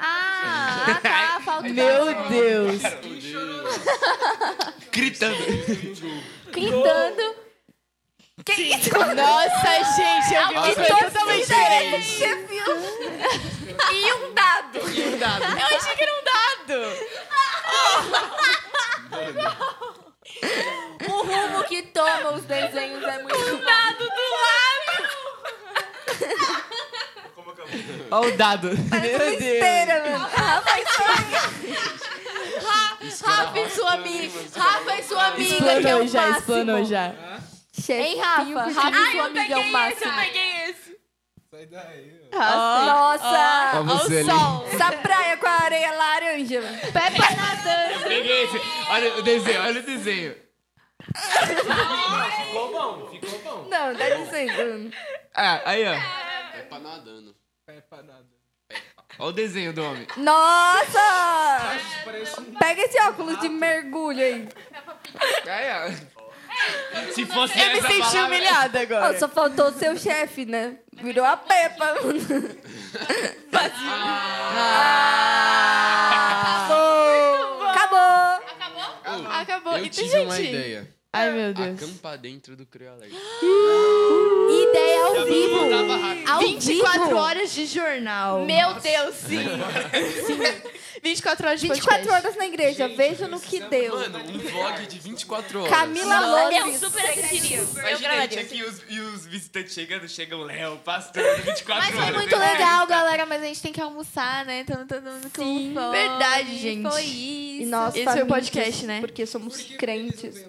Ah, ah, tá, falta Meu Deus. Gritando. Gritando. Nossa, gente, eu vi uma coisa totalmente diferente. é E um dado. Eu achei que era um dado. O rumo que toma os desenhos é muito bom. Olha o dado. Meu Deus. Rafa e sua amiga. Rafa e sua amiga, que é Explanou o já, explanou máximo. já. Hein, um Rafa? Rafa e sua amiga é o máximo. peguei esse. Sai daí, ó. Nossa! Olha você ali. Essa praia com a areia laranja. mano. Peppa nadando. Peguei esse. Olha o desenho, olha o desenho. Ficou bom, ficou bom. Não, dá licença. Ah, aí, ó. Peppa nadando. É pra nada. Olha o desenho do homem. Nossa! Parece um Pega esse óculos de mergulho aí. Aí, ó. Se fosse Eu me essa senti palavra... humilhada Ó, agora. só faltou o seu chefe, né? Virou a Peppa. Ah, Acabou! Ô, Acabou. Eu E tive tem uma gente- ideia. Ai, meu Deus. Acampar dentro do Criolete. Ideia ao vivo. Tava rápido. Ao 24 vivo. horas de jornal. Meu Deus, sim. 24 horas de 24 podcast. horas na igreja, veja no que deu. Mano, um vlog de 24 horas. Camila Eu Lopes. super assistiria. Eu Imagina, gente, gravaria. aqui os, e os visitantes chegando, chega o Léo, o pastor, 24 Mas foi horas. muito legal, galera. Mas a gente tem que almoçar, né? Então todo mundo com Sim. fome. Verdade, gente. Foi isso. E nós Esse foi o famintos, podcast, né? Porque somos crentes.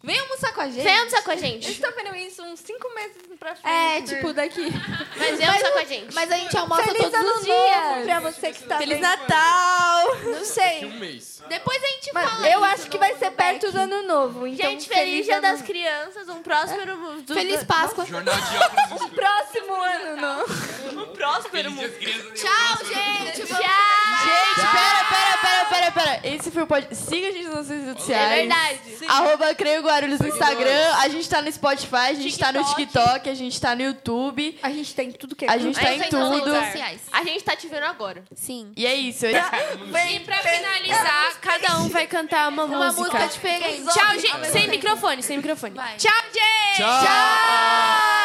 Vem almoçar com a gente. Vem almoçar com a gente. Estou vendo isso uns 5 meses pra frente. É, tipo, daqui. Mas vem almoçar com a gente. Mas a gente almoça Feliz todos ano os dias. novo pra você que tá Feliz vendo. Natal! Não sei. Um mês. Depois a gente Mas fala. eu disso acho que vai no ser perto do ano novo. Então, Gente, feliz dia ano das novo. crianças, um próspero mundo. É. Feliz Páscoa. Jornal de óculos escuros. Próximo ano novo. Um próspero mundo. Feliz dia das crianças. Tchau, gente. Vamos- Gente, pera, pera, pera, pera, pera. Esse foi o podcast. Siga a gente nas nossas redes sociais. É verdade. Ah, Arroba Creio Guarulhos no Instagram. A gente tá no Spotify, a gente tá no TikTok. TikTok, a gente tá no YouTube. A gente tem tudo que é A gente tá Mas em então entra nas tudo. redes sociais. A gente tá te vendo agora. Sim. E é isso. Esse- E pra finalizar, cada um vai cantar uma, Uma música diferente. Tchau, gente. Sem microfone, sem microfone. Vai. Tchau, gente. Tchau!